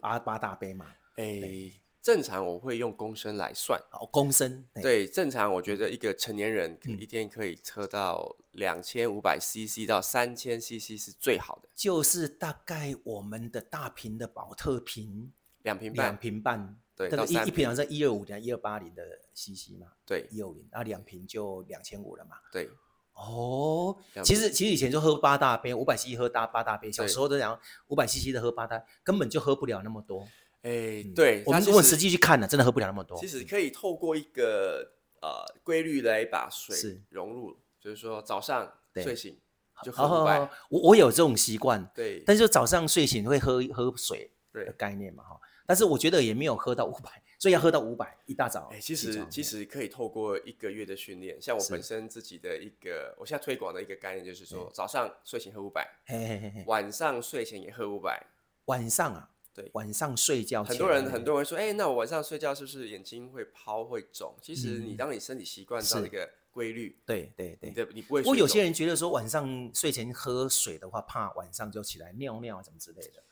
Speaker 1: 八八大杯嘛，
Speaker 3: 诶，正常我会用公升来算。
Speaker 1: 哦，公升。嘿，
Speaker 3: 对，正常我觉得一个成年人可
Speaker 1: 嗯
Speaker 3: 一天可以喝到两千五百 CC 到三千 CC 是最好的，
Speaker 1: 就是大概我们的大瓶的保特瓶
Speaker 3: 两瓶
Speaker 1: 两
Speaker 3: 半。
Speaker 1: 瓶半，
Speaker 3: 对
Speaker 1: 大概
Speaker 3: 到三
Speaker 1: 一一瓶好像一二五零、一二八零的 CC 嘛，
Speaker 3: 对
Speaker 1: 一二五零，那两瓶就两千五了嘛。
Speaker 3: 对，
Speaker 1: 哦，
Speaker 3: 两
Speaker 1: 其
Speaker 3: 瓶
Speaker 1: 实其实以前就喝八大杯，五百 CC 喝大八大杯，小
Speaker 3: 对
Speaker 1: 时候都讲五百 CC 的喝八大，根本就喝不了那么多。
Speaker 3: 诶，
Speaker 1: 嗯
Speaker 3: 对，
Speaker 1: 我
Speaker 3: 它
Speaker 1: 们
Speaker 3: 其
Speaker 1: 如果
Speaker 3: 实
Speaker 1: 实际去看呢，真的喝不了那么多。
Speaker 3: 其实
Speaker 1: 嗯
Speaker 3: 可以透过一个呃规律来把水
Speaker 1: 是
Speaker 3: 融入，就是说早上
Speaker 1: 对
Speaker 3: 睡醒就
Speaker 1: 好
Speaker 3: 喝
Speaker 1: 好好
Speaker 3: 五百，，
Speaker 1: 我我有这种习惯，
Speaker 3: 对
Speaker 1: 但是就早上睡醒会喝喝水的
Speaker 3: 对
Speaker 1: 概念嘛哈，但是我觉得也没有喝到五百，所以要喝到五百一大早
Speaker 3: 哎、其
Speaker 1: 起
Speaker 3: 实
Speaker 1: 床
Speaker 3: 其实可以透过一个月的训练，像我
Speaker 1: 是
Speaker 3: 本身自己的一个，我现在推广的一个概念就是说，早上睡前喝五百，
Speaker 1: 嘿嘿嘿嘿，
Speaker 3: 晚上睡前也喝五百。
Speaker 1: 晚上啊，
Speaker 3: 对
Speaker 1: 晚上睡觉
Speaker 3: 很
Speaker 1: 前
Speaker 3: 多人
Speaker 1: 喝
Speaker 3: 很多人会说，哎、那我晚上睡觉是不是眼睛会泡会肿？其实你
Speaker 1: 嗯
Speaker 3: 当你身体习惯到
Speaker 1: 是
Speaker 3: 一个规律，
Speaker 1: 对对
Speaker 3: 你
Speaker 1: 对。
Speaker 3: 的你不会
Speaker 1: 不
Speaker 3: 水肿。
Speaker 1: 过有些人觉得说晚上睡前喝水的话，怕晚上就起来尿尿啊什么之类的，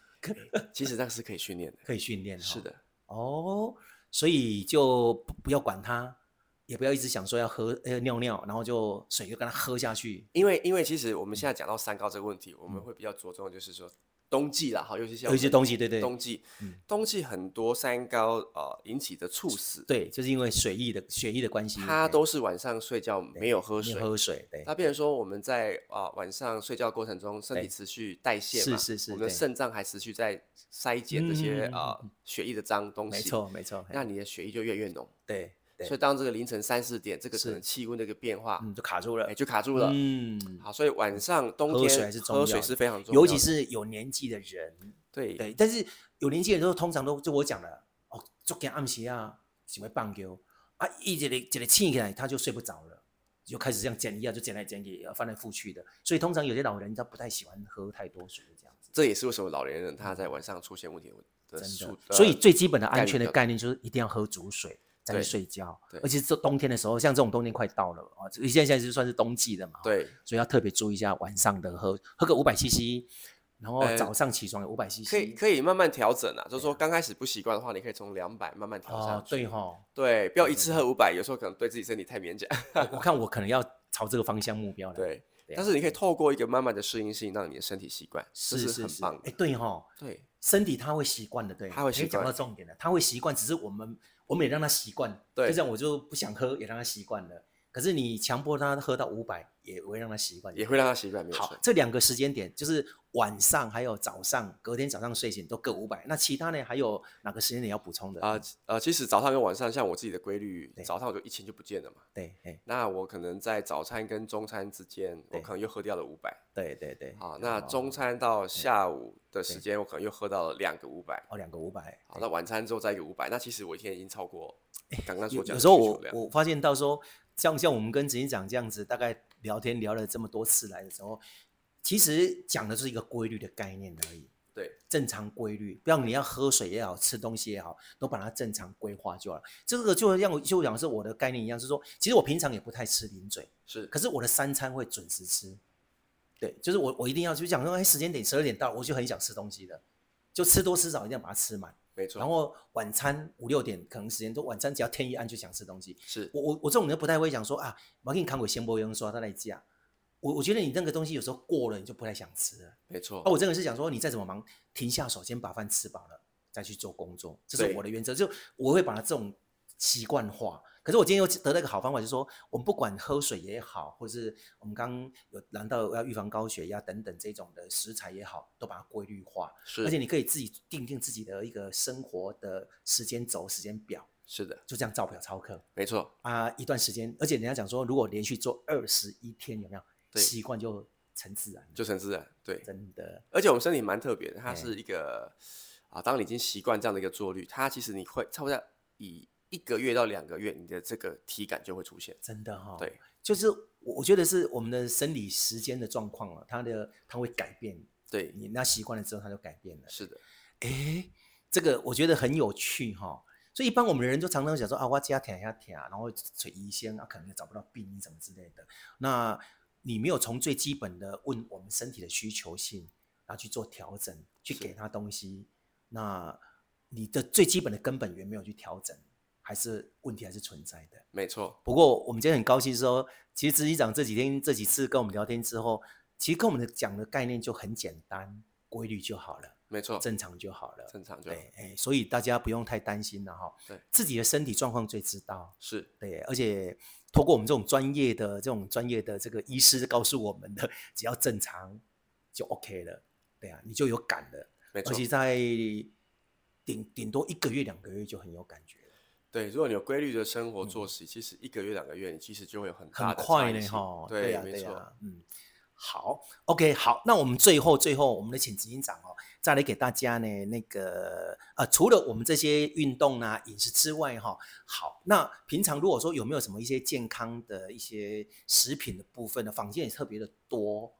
Speaker 3: 其实那是可以训练的，
Speaker 1: 可以训练、哦。
Speaker 3: 是的，
Speaker 1: 哦，所以就不不要管它，也不要一直想说要喝呃尿尿，然后就水就跟它喝下去。
Speaker 3: 因为因为其实我
Speaker 1: 嗯
Speaker 3: 们现在讲到三高这个问题，我们会比较着重的就是说冬季啦，哈，尤其像
Speaker 1: 有一些
Speaker 3: 我们
Speaker 1: 东西，对对
Speaker 3: 冬季
Speaker 1: 嗯，
Speaker 3: 冬季很多三高呃引起的猝死，，
Speaker 1: 对，就是因为水液的血液的关系，
Speaker 3: 它
Speaker 1: 哎
Speaker 3: 都是晚上睡觉没有喝
Speaker 1: 没有
Speaker 3: 水。
Speaker 1: 喝水，对
Speaker 3: 那变成说我们在啊、呃晚上睡觉过程中，身体
Speaker 1: 对
Speaker 3: 持续代谢嘛，
Speaker 1: 是是是
Speaker 3: 我们的
Speaker 1: 对
Speaker 3: 肾脏还持续在筛检这些
Speaker 1: 嗯嗯嗯
Speaker 3: 啊、呃
Speaker 1: 嗯
Speaker 3: 血液的脏东西，
Speaker 1: 没，错没错，
Speaker 3: 那
Speaker 1: 哎
Speaker 3: 你的血液就越来越浓。
Speaker 1: 对对，
Speaker 3: 所以当这个凌晨三四点，这个可
Speaker 1: 是
Speaker 3: 能气温的一个变化，
Speaker 1: 嗯就卡住了
Speaker 3: 哎、，就卡住了。
Speaker 1: 嗯，
Speaker 3: 好，所以晚上冬
Speaker 1: 喝
Speaker 3: 天
Speaker 1: 水还是重
Speaker 3: 喝
Speaker 1: 要
Speaker 3: 水
Speaker 1: 的
Speaker 3: 是非常重要
Speaker 1: 尤
Speaker 3: 的，
Speaker 1: 其是有年纪的人，
Speaker 3: 对
Speaker 1: 对，但是有年纪的时候，通常都就我讲了，哦，昨天暗时啊，想要放尿啊，一一个一个醒起来，他就睡不着了，就开始这样捡一啊，就捡来捡去，翻来覆去的。所以通常有些老人他不太喜欢喝太多水这样子，
Speaker 3: 这也是为什么老年人他在晚上出现问题的
Speaker 1: 嗯真
Speaker 3: 数
Speaker 1: 的。。所以
Speaker 3: 呃
Speaker 1: 最基本的安全
Speaker 3: 概率
Speaker 1: 的
Speaker 3: 的
Speaker 1: 概念就是一定要喝足水。再去
Speaker 3: 对
Speaker 1: 睡觉
Speaker 3: 对，
Speaker 1: 而且这冬天的时候，像这种冬天快到了啊，这现在现在就算是冬季了嘛，，
Speaker 3: 对，
Speaker 1: 所以要特别注意一下晚上的喝，喝个五百 CC，然后
Speaker 3: 呃
Speaker 1: 早上起床有五百 CC，
Speaker 3: 可以
Speaker 1: 以
Speaker 3: 可以慢慢调整啊，就是说刚开始不习惯的话，你可以从两百慢慢调上
Speaker 1: 哦，
Speaker 3: 去。
Speaker 1: 对吼，
Speaker 3: 对不要一次喝五百，有时候可能对自己身体太勉强。
Speaker 1: 我我看我可能要朝这个方向目标来。，
Speaker 3: 对，
Speaker 1: 对啊
Speaker 3: 但是你可以透过一个慢慢的适应性，让你的身体习惯，这
Speaker 1: 是
Speaker 3: 是
Speaker 1: 是
Speaker 3: 很
Speaker 1: 是
Speaker 3: 棒
Speaker 1: 哎，
Speaker 3: 的。
Speaker 1: 对哈，
Speaker 3: 对，
Speaker 1: 身体他会习惯的，对，
Speaker 3: 它会
Speaker 1: 哎
Speaker 3: 习
Speaker 1: 讲
Speaker 3: 惯
Speaker 1: 到重点了，他会习惯，只是我们我们也让他习惯，
Speaker 3: 对
Speaker 1: 就这样我就不想喝，也让他习惯了。可是你强迫他喝到五百，也会让他习惯。
Speaker 3: 也会让他习惯，没有
Speaker 1: 好
Speaker 3: 错，。
Speaker 1: 这两个时间点就是晚上还有早上，隔天早上睡醒都各五百。那其他呢？还有哪个时间点要补充的？嗯
Speaker 3: 啊啊、呃其实早上跟晚上，像我自己的规律
Speaker 1: 对，
Speaker 3: 早上我就一千就不见了嘛。
Speaker 1: 对，哎，
Speaker 3: 那我可能在早餐跟中餐之间，我
Speaker 1: 对
Speaker 3: 可能又喝掉了五百。
Speaker 1: 对对对。
Speaker 3: 好，那
Speaker 1: 哦
Speaker 3: 中餐到下午的时
Speaker 1: 对
Speaker 3: 间，我可能又喝到了两个五百。
Speaker 1: 哦，两个五百。
Speaker 3: 好，那晚餐之后再一个五百，那其实我一天已经超过刚刚
Speaker 1: 哎
Speaker 3: 所
Speaker 1: 有
Speaker 3: 讲
Speaker 1: 有
Speaker 3: 的
Speaker 1: 时候
Speaker 3: 需求
Speaker 1: 我
Speaker 3: 量
Speaker 1: 我发现到说，像像我们跟执行长这样子，大概聊天聊了这么多次来的时候，其实讲的是一个规律的概念而已，
Speaker 3: 对
Speaker 1: 正常规律，不要你要喝水也好，吃东西也好，都把它正常规划就好了。这个就让我就讲是我的概念一样，是说，其实我平常也不太吃零嘴，
Speaker 3: 是
Speaker 1: 可是我的三餐会准时吃。对，就是我我一定要就讲说，哎，时间点十二点到了，我就很想吃东西的，就吃多吃少一定要把它吃满。
Speaker 3: 没错，
Speaker 1: 然后晚餐五六点可能时间都晚餐只要天一暗就想吃东西。
Speaker 3: 是
Speaker 1: 我我我这种人不太会想说啊，我给你扛鬼先不用说他来加。我我觉得你那个东西有时候过了，你就不太想吃了。
Speaker 3: 没错
Speaker 1: 啊，，我真的是想说，你再怎么忙，停下手先把饭吃饱了，再去做工作，这是
Speaker 3: 对
Speaker 1: 我的原则。就我会把它这种习惯化。可是我今天又得到一个好方法，就是说，我们不管喝水也好，或是我们刚刚有谈到要预防高血压等等这种的食材也好，都把它规律化。
Speaker 3: 是，
Speaker 1: 而且你可以自己定定自己的一个生活的时间轴、时间表，
Speaker 3: 是的，
Speaker 1: 就这样照表操课
Speaker 3: 没错，
Speaker 1: 啊，一段时间。而且人家讲说，如果连续做二十一天，有没有
Speaker 3: 对
Speaker 1: 习惯就成自然了？
Speaker 3: 就成自然，对。
Speaker 1: 真的
Speaker 3: 而且我们身体蛮特别的，它
Speaker 1: 哎
Speaker 3: 是一个啊，当你已经习惯这样的一个坐律，它其实你会差不多以一个月到两个月，你的这个体感就会出现。
Speaker 1: 真的哈、，
Speaker 3: 对，
Speaker 1: 就是我我觉得是我们的生理时间的状况了、啊它的它会改变，
Speaker 3: 对，
Speaker 1: 你那习惯了之后，它就改变了。
Speaker 3: 是的，
Speaker 1: 诶，这个我觉得很有趣哈、所以一般我们的人就常常想说啊，我家疼一下疼，然后找医生啊，可能也找不到病因什么之类的。那你没有从最基本的问我们身体的需求性，然后去做调整，去
Speaker 3: 是
Speaker 1: 给他东西，那你的最基本的根本源没有去调整，还是问题还是存在的。
Speaker 3: 没错，
Speaker 1: 不过我们今天很高兴说，其实执行长这几天这几次跟我们聊天之后，其实跟我们的讲的概念就很简单，规律就好了，
Speaker 3: 没错，
Speaker 1: 正常就好了。
Speaker 3: 正常就好
Speaker 1: 对，哎，所以大家不用太担心了哈。
Speaker 3: 啊对
Speaker 1: 自己的身体状况最知道。
Speaker 3: 是
Speaker 1: 对，而且透过我们这种专业的、这种专业的这个医师告诉我们的，只要正常就 OK 了。对啊，你就有感了，
Speaker 3: 没
Speaker 1: 而
Speaker 3: 错
Speaker 1: 且。在顶顶多一个月、两个月就很有感觉了，
Speaker 3: 对，如果你有规律的生活作息，其实一个月两个月，你其实就会有很大
Speaker 1: 嗯很
Speaker 3: 的
Speaker 1: 快
Speaker 3: 差异
Speaker 1: 呢
Speaker 3: 性
Speaker 1: 哈。
Speaker 3: 对，
Speaker 1: 啊，
Speaker 3: 没
Speaker 1: 对
Speaker 3: 错，
Speaker 1: 啊，嗯。好，OK，好，那我们最后最后，我们来请执行长哦，再来给大家呢那个呃，除了我们这些运动啊、饮食之外哈、好，那平常如果说有没有什么一些健康的一些食品的部分呢，坊间也特别的多。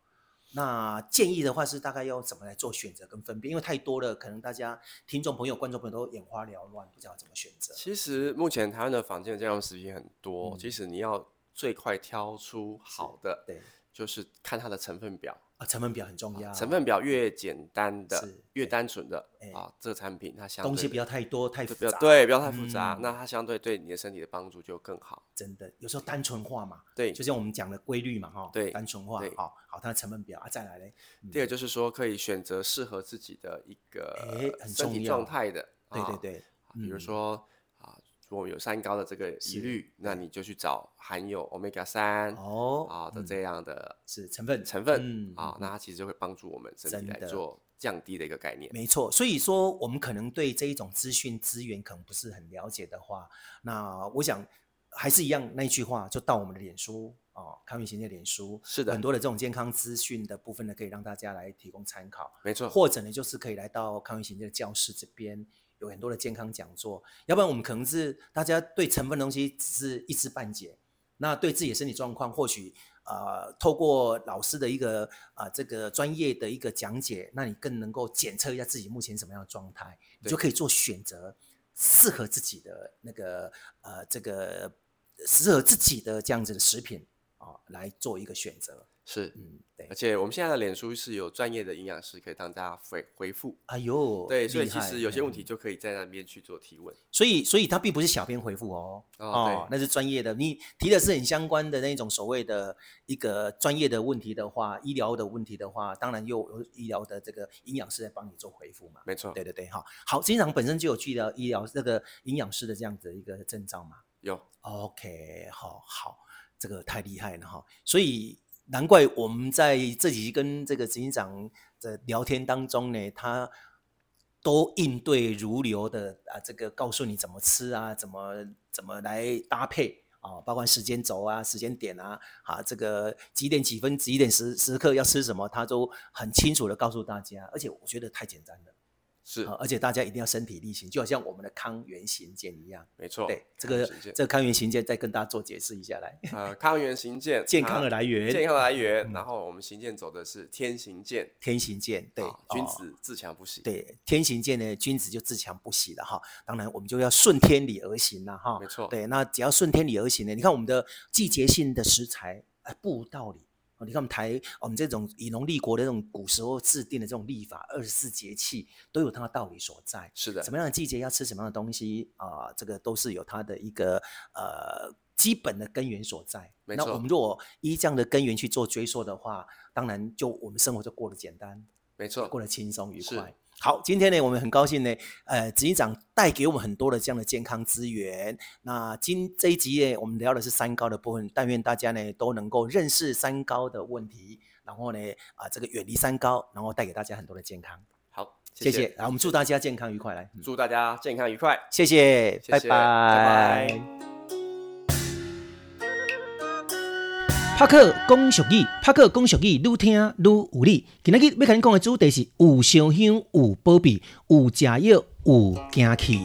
Speaker 1: 那建议的话是大概要怎么来做选择跟分辨，因为太多了，可能大家听众朋友、观众朋友都眼花缭乱，不知道怎么选择。
Speaker 3: 其实目前台湾的房间的健康食品很多，
Speaker 1: 嗯
Speaker 3: 其实你要最快挑出好的，
Speaker 1: 对
Speaker 3: 就是看它的成分表，
Speaker 1: 啊，成分表很重要，
Speaker 3: 成分表越简单的
Speaker 1: 是、对
Speaker 3: 越单纯的
Speaker 1: 哎
Speaker 3: 啊，这个产品它相
Speaker 1: 东
Speaker 3: 对
Speaker 1: 西不要太多太
Speaker 3: 对
Speaker 1: 复
Speaker 3: 不要
Speaker 1: 杂，，
Speaker 3: 对，不要太复杂
Speaker 1: 嗯，
Speaker 3: 那它相对对你的身体的帮助就更好。
Speaker 1: 真的有时候单纯化嘛，
Speaker 3: 对，
Speaker 1: 就像我们讲的规律嘛，哈，
Speaker 3: 对
Speaker 1: 单纯化，
Speaker 3: 对
Speaker 1: 好、好，它的成分表啊，再来嘞，嗯
Speaker 3: 第二个就是说可以选择适合自己的一
Speaker 1: 哎
Speaker 3: 个
Speaker 1: 很
Speaker 3: 身
Speaker 1: 重
Speaker 3: 体
Speaker 1: 要
Speaker 3: 状态的，
Speaker 1: 对对
Speaker 3: 啊
Speaker 1: 对，
Speaker 3: 啊比如
Speaker 1: 嗯
Speaker 3: 说啊，如果有三高的这个疑
Speaker 1: 是哎
Speaker 3: 虑，那你就去找含有 omega 三
Speaker 1: 哦，
Speaker 3: 啊的
Speaker 1: 嗯
Speaker 3: 这样的
Speaker 1: 是成分
Speaker 3: 成分
Speaker 1: 嗯
Speaker 3: 啊
Speaker 1: 嗯，
Speaker 3: 那它其实就会帮助我们身体
Speaker 1: 真
Speaker 3: 来
Speaker 1: 的
Speaker 3: 做降低的一个概念。
Speaker 1: 没错，所以说我们可能对这一种资讯资源可能不是很了解的话，那我想还是一样那一句话，就到我们的脸书哦，康运行的脸书，
Speaker 3: 是的
Speaker 1: 很多的这种健康资讯的部分呢，可以让大家来提供参考。
Speaker 3: 没错，
Speaker 1: 或者呢，就是可以来到康运行的教室这边，有很多的健康讲座。要不然我们可能是大家对成分的东西只是一知半解，那对自己的身体状况，或许呃，透过老师的一个啊、呃这个专业的一个讲解，那你更能够检测一下自己目前什么样的状态，你
Speaker 3: 对
Speaker 1: 就可以做选择，适合自己的那个呃这个适合自己的这样子的食品啊、来做一个选择。
Speaker 3: 是。
Speaker 1: 嗯，对
Speaker 3: 而。且我们现在的脸书是有专业的营养师可以当大家回回复，
Speaker 1: 哎呦，
Speaker 3: 对，所以
Speaker 1: 厉
Speaker 3: 其
Speaker 1: 害
Speaker 3: 实有些问
Speaker 1: 嗯
Speaker 3: 题就可以在那边去做提问。
Speaker 1: 所以，所以它并不是小编回复哦，
Speaker 3: 哦对
Speaker 1: 那是专业的。你提的是很相关的那种所谓的一个专业的问题的话，医疗的问题的话，当然又有医疗的这个营养师来帮你做回复嘛。
Speaker 3: 没错，
Speaker 1: 对对对，哈，好，经常本身就有去疗医疗这个营养师的这样子的一个证照嘛。
Speaker 3: 有
Speaker 1: OK，好好，这个太厉害了哈，所以难怪我们在这几集跟这个执行长的聊天当中呢，他都应对如流的啊，这个告诉你怎么吃啊，怎么怎么来搭配啊，包括时间轴啊、时间点啊，啊，这个几点几分、几点十时刻要吃什么，他都很清楚的告诉大家，而且我觉得太简单了，
Speaker 3: 是
Speaker 1: 啊，而且大家一定要身体力行，就好像我们的康源行健一样。
Speaker 3: 没错。
Speaker 1: 对，这
Speaker 3: 康
Speaker 1: 个
Speaker 3: 源行健
Speaker 1: 这个康源行健再跟大家做解释一下 来，
Speaker 3: 呃，康源行健，
Speaker 1: 健康的
Speaker 3: 它
Speaker 1: 来源，
Speaker 3: 健康的来源
Speaker 1: 嗯。
Speaker 3: 然后我们行健走的是天行健，
Speaker 1: 天行健，对
Speaker 3: 啊，君
Speaker 1: 哦
Speaker 3: 子自强不息。，
Speaker 1: 对，天行健呢，君子就自强不息了哈。当然，我们就要顺天理而行了哈
Speaker 3: 没。错。
Speaker 1: 对，那只要顺天理而行呢，你看我们的季节性的食材，哎，不无道理。哦你看我们台，我们这种以农立国的这种古时候制定的这种历法，二十四节气都有它的道理所在。
Speaker 3: 是的
Speaker 1: 什，么样的季节要吃什么样的东西啊、这个都是有它的一个呃基本的根源所在。
Speaker 3: 没
Speaker 1: 那
Speaker 3: 错
Speaker 1: 我们如果依这样的根源去做追溯的话，当然就我们生活就过得简单，
Speaker 3: 没错，
Speaker 1: 过得轻松愉
Speaker 3: 是
Speaker 1: 快。好，今天呢，我们很高兴呢，呃，执行长带给我们很多的这样的健康资源。那今这一集呢，我们聊的是三高的部分，但愿大家呢都能够认识三高的问题，然后呢，啊、这个远离三高，然后带给大家很多的健康。
Speaker 3: 好，
Speaker 1: 谢
Speaker 3: 谢
Speaker 1: 谢，，来，我们祝大家健康愉快，来。嗯
Speaker 3: 祝大家健康愉快。
Speaker 1: 谢谢，
Speaker 3: 谢
Speaker 1: 拜
Speaker 3: 谢
Speaker 1: 拜。
Speaker 3: 拜拜
Speaker 4: 拍克讲俗语，拍克讲俗语，愈听愈有理。今仔日要甲你讲的主题是有烧香，有保庇，有食药，有惊气。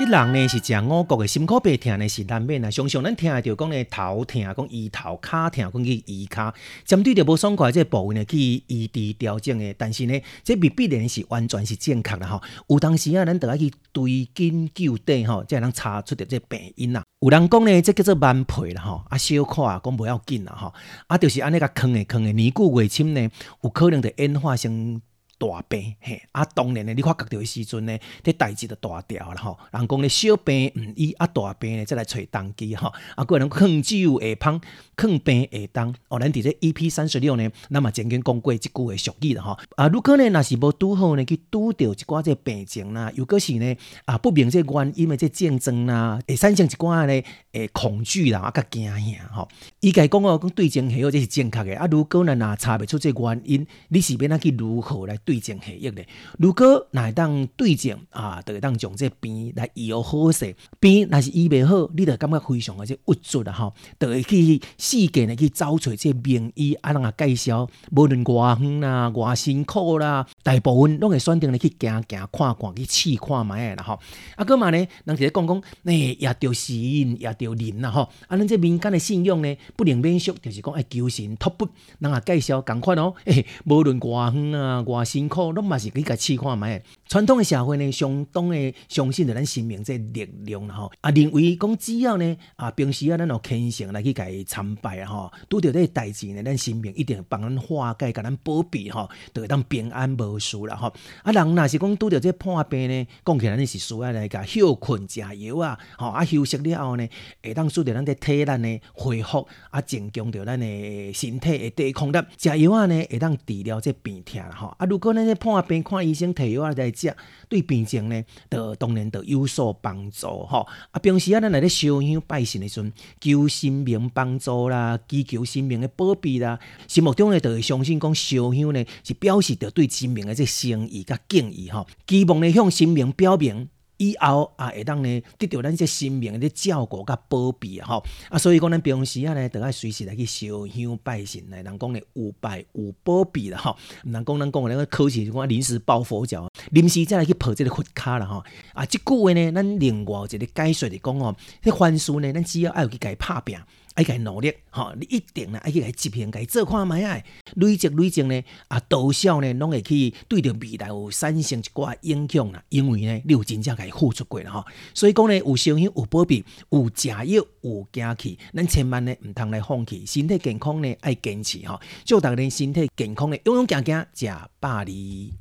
Speaker 4: 啲人呢是食五谷的，心苦白疼呢是难免啊。常常咱听着讲呢头疼，讲医头；骹疼，讲去医骹。针对着无爽快的这个部位呢，去医治调整的。但是呢，这未必然是完全是正确啦吼。有当时啊，咱得爱去追根究底吼，才能查出着这病因啦。有人讲呢，这叫做慢皮啦吼，啊小可啊，讲不要紧啦吼，啊就是安尼甲坑的坑的，年久月深呢，有可能就演化成。大病嘿，啊，当然呢，你发觉到的时阵呢，这代志就大条啦吼。人讲呢，小病毋医，啊，大病呢，再来找当机吼。啊，个人抗酒下芳，抗病下当。哦，咱伫这 EP 三十六呢，咱嘛曾经讲过即句的俗语啦吼。啊，如果呢，若是无拄好呢，去拄着一寡这病情啦，又果是呢，啊，不明这原因的这症状啦，会产生一寡呢，诶、
Speaker 1: 诶恐惧啦，啊甲惊吓吼。伊家讲哦，讲对症下药这是正确嘅。啊，如果咱若查袂出这原因，你是要哪去如何来对症下药咧？如果若会当对症啊，就会当将这病来医好好势。病若是医袂好，你就感觉非常的这郁卒啦吼，就会去四界呢去找找这名医，啊，人啊介绍，无论偌远啦、偌辛苦啦，大部分拢会选择呢去行行看看，去试看卖啦吼。啊，搁嘛呢，人伫咧讲讲，诶、也着神，也着人啦吼。啊，咱这民间的信仰呢，不能免俗，就是讲爱哎求神托钵。人也介绍共款哦，诶、无论偌远啊、偌辛苦，拢嘛是去甲试看卖。传统的社会呢，相当的相信着咱神明这力量啦吼。啊，认为讲只要呢，啊，平时啊，咱有虔诚来去甲伊参拜啊吼，拄着这个代志呢，咱神明一定会帮咱化解，甲咱保庇吼，就会当平安无事啦吼。啊，人若是讲拄着这破病呢，讲起来咱是需要来甲休困、食药啊，吼啊休息了后呢，会当使着咱的体力呢恢复，啊增强着咱的身体的抵抗力。食药啊呢会当治疗这病痛啦吼。啊，如果咱这破病看医生摕药啊来食，对病情呢，就当然就有所帮助吼。啊，平时啊咱来咧烧香拜神的时阵，求神明帮助啦，祈求神明的保庇啦，心目中呢就会相信讲烧香呢是表示着对神明的这诚意甲敬意吼，期望呢向神明表明。以后啊，会当呢得到咱这神明的这照顾甲保庇啊吼啊，所以讲咱平时啊呢，就要随时来去烧香拜神来，人讲呢有拜有保庇啦吼，毋通讲咱讲的那个考试就讲临时抱佛脚，临时再来去抱这个佛卡啦吼啊，即句话呢，咱另外一个解说来讲哦，迄凡事呢，咱只要爱有去家拍拼。爱家努力，吼、你一定啦，爱去家执行，家做看卖啊，累积累积呢，啊，多少呢，拢会去对着未来有产生一寡影响啦。因为呢，你有真正家付出过啦吼，所以讲呢，有烧香，有保庇，有食药，有惊气，咱千万呢毋通来放弃，身体健康呢爱坚持吼，祝大家身体健康呢，勇勇行行，食百里。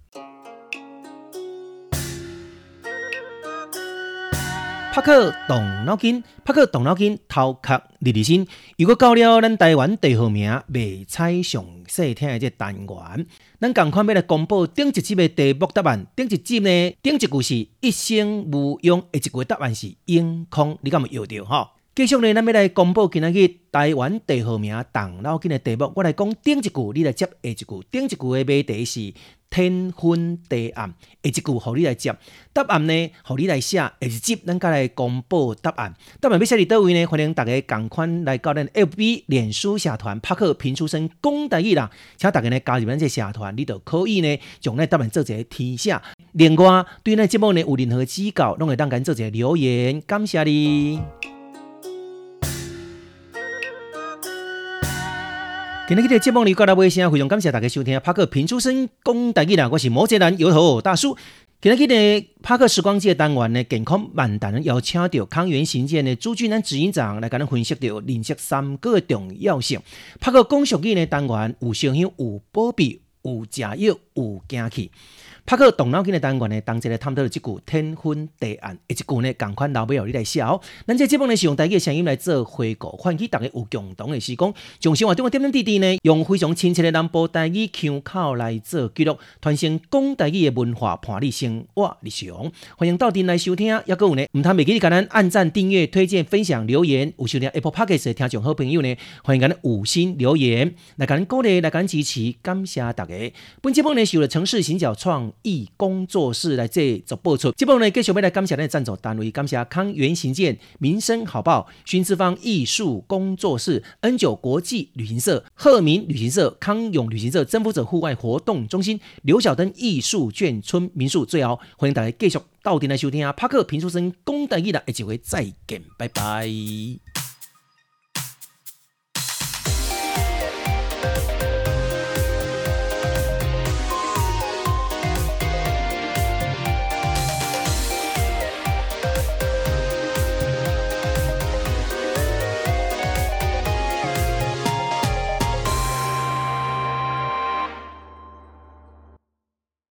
Speaker 1: 拍克动脑筋，拍克动脑筋，头壳日日新。如果到了咱台湾地号名未采详细听的这单元，咱共款要来公布顶一集的题目答案。顶一集呢，顶一句是一生无用，下一句的答案是永空，你敢有摇着吼？继续呢，咱要来公布今仔日台湾地号名动脑筋的题目。我来讲顶一句，你来接下一句。顶一句的谜题是天昏地暗，下一句互你来接。答案呢，互你来写。下一集咱再来公布答案。答案要写伫倒位呢？欢迎大家共款来到咱 FB 脸书社团拍克评书声讲台语啦，请大家呢加入咱这社团，你就可以呢将咱答案做一个填写。另外，对咱节目呢有任何指教，拢会当咱做一个留言，感谢你。今日的节目里，到来尾声，非常感谢大家收听。帕克评出身讲大家啦，我是摩羯男油头大叔。今日的帕克时光机的单元呢，健康漫谈邀请到康源行健的朱俊南执行长来跟咱分析到认识三个重要性。帕克讲俗语呢单元有香香，有保庇，有食药，有惊气。拍克动脑筋的单元呢，同齐来探讨了这句天昏地暗，一句呢，共款老尾后你来写哦。咱这节目呢是用大家的声哦音来做回顾，唤起大家有共同的时光，从生活中的点点滴滴呢，用非常亲切的南部台语腔口来做记录，传承讲台语的文化，伴你生活日常。欢迎到店来收听，也还有呢，唔通袂记得给咱按赞、订阅、推荐、分享、留言。有收听 Apple Podcast 的听众好朋友呢，欢迎给咱五星留言，来给咱鼓励，来给咱支持，感谢大家。本节目呢是由了城市行脚创意工作室来制作播出。节目呢继续要来感谢咱的赞助单位，感谢康源行健、民生好报、薰之方艺术工作室、N 九国际旅行社、鹤鸣旅行社、康永旅行社、征服者户外活动中心、刘晓灯艺术眷村民宿最后，欢迎大家继续到店来收听啊！帕克评书声，功德一档，下一回再见，拜拜。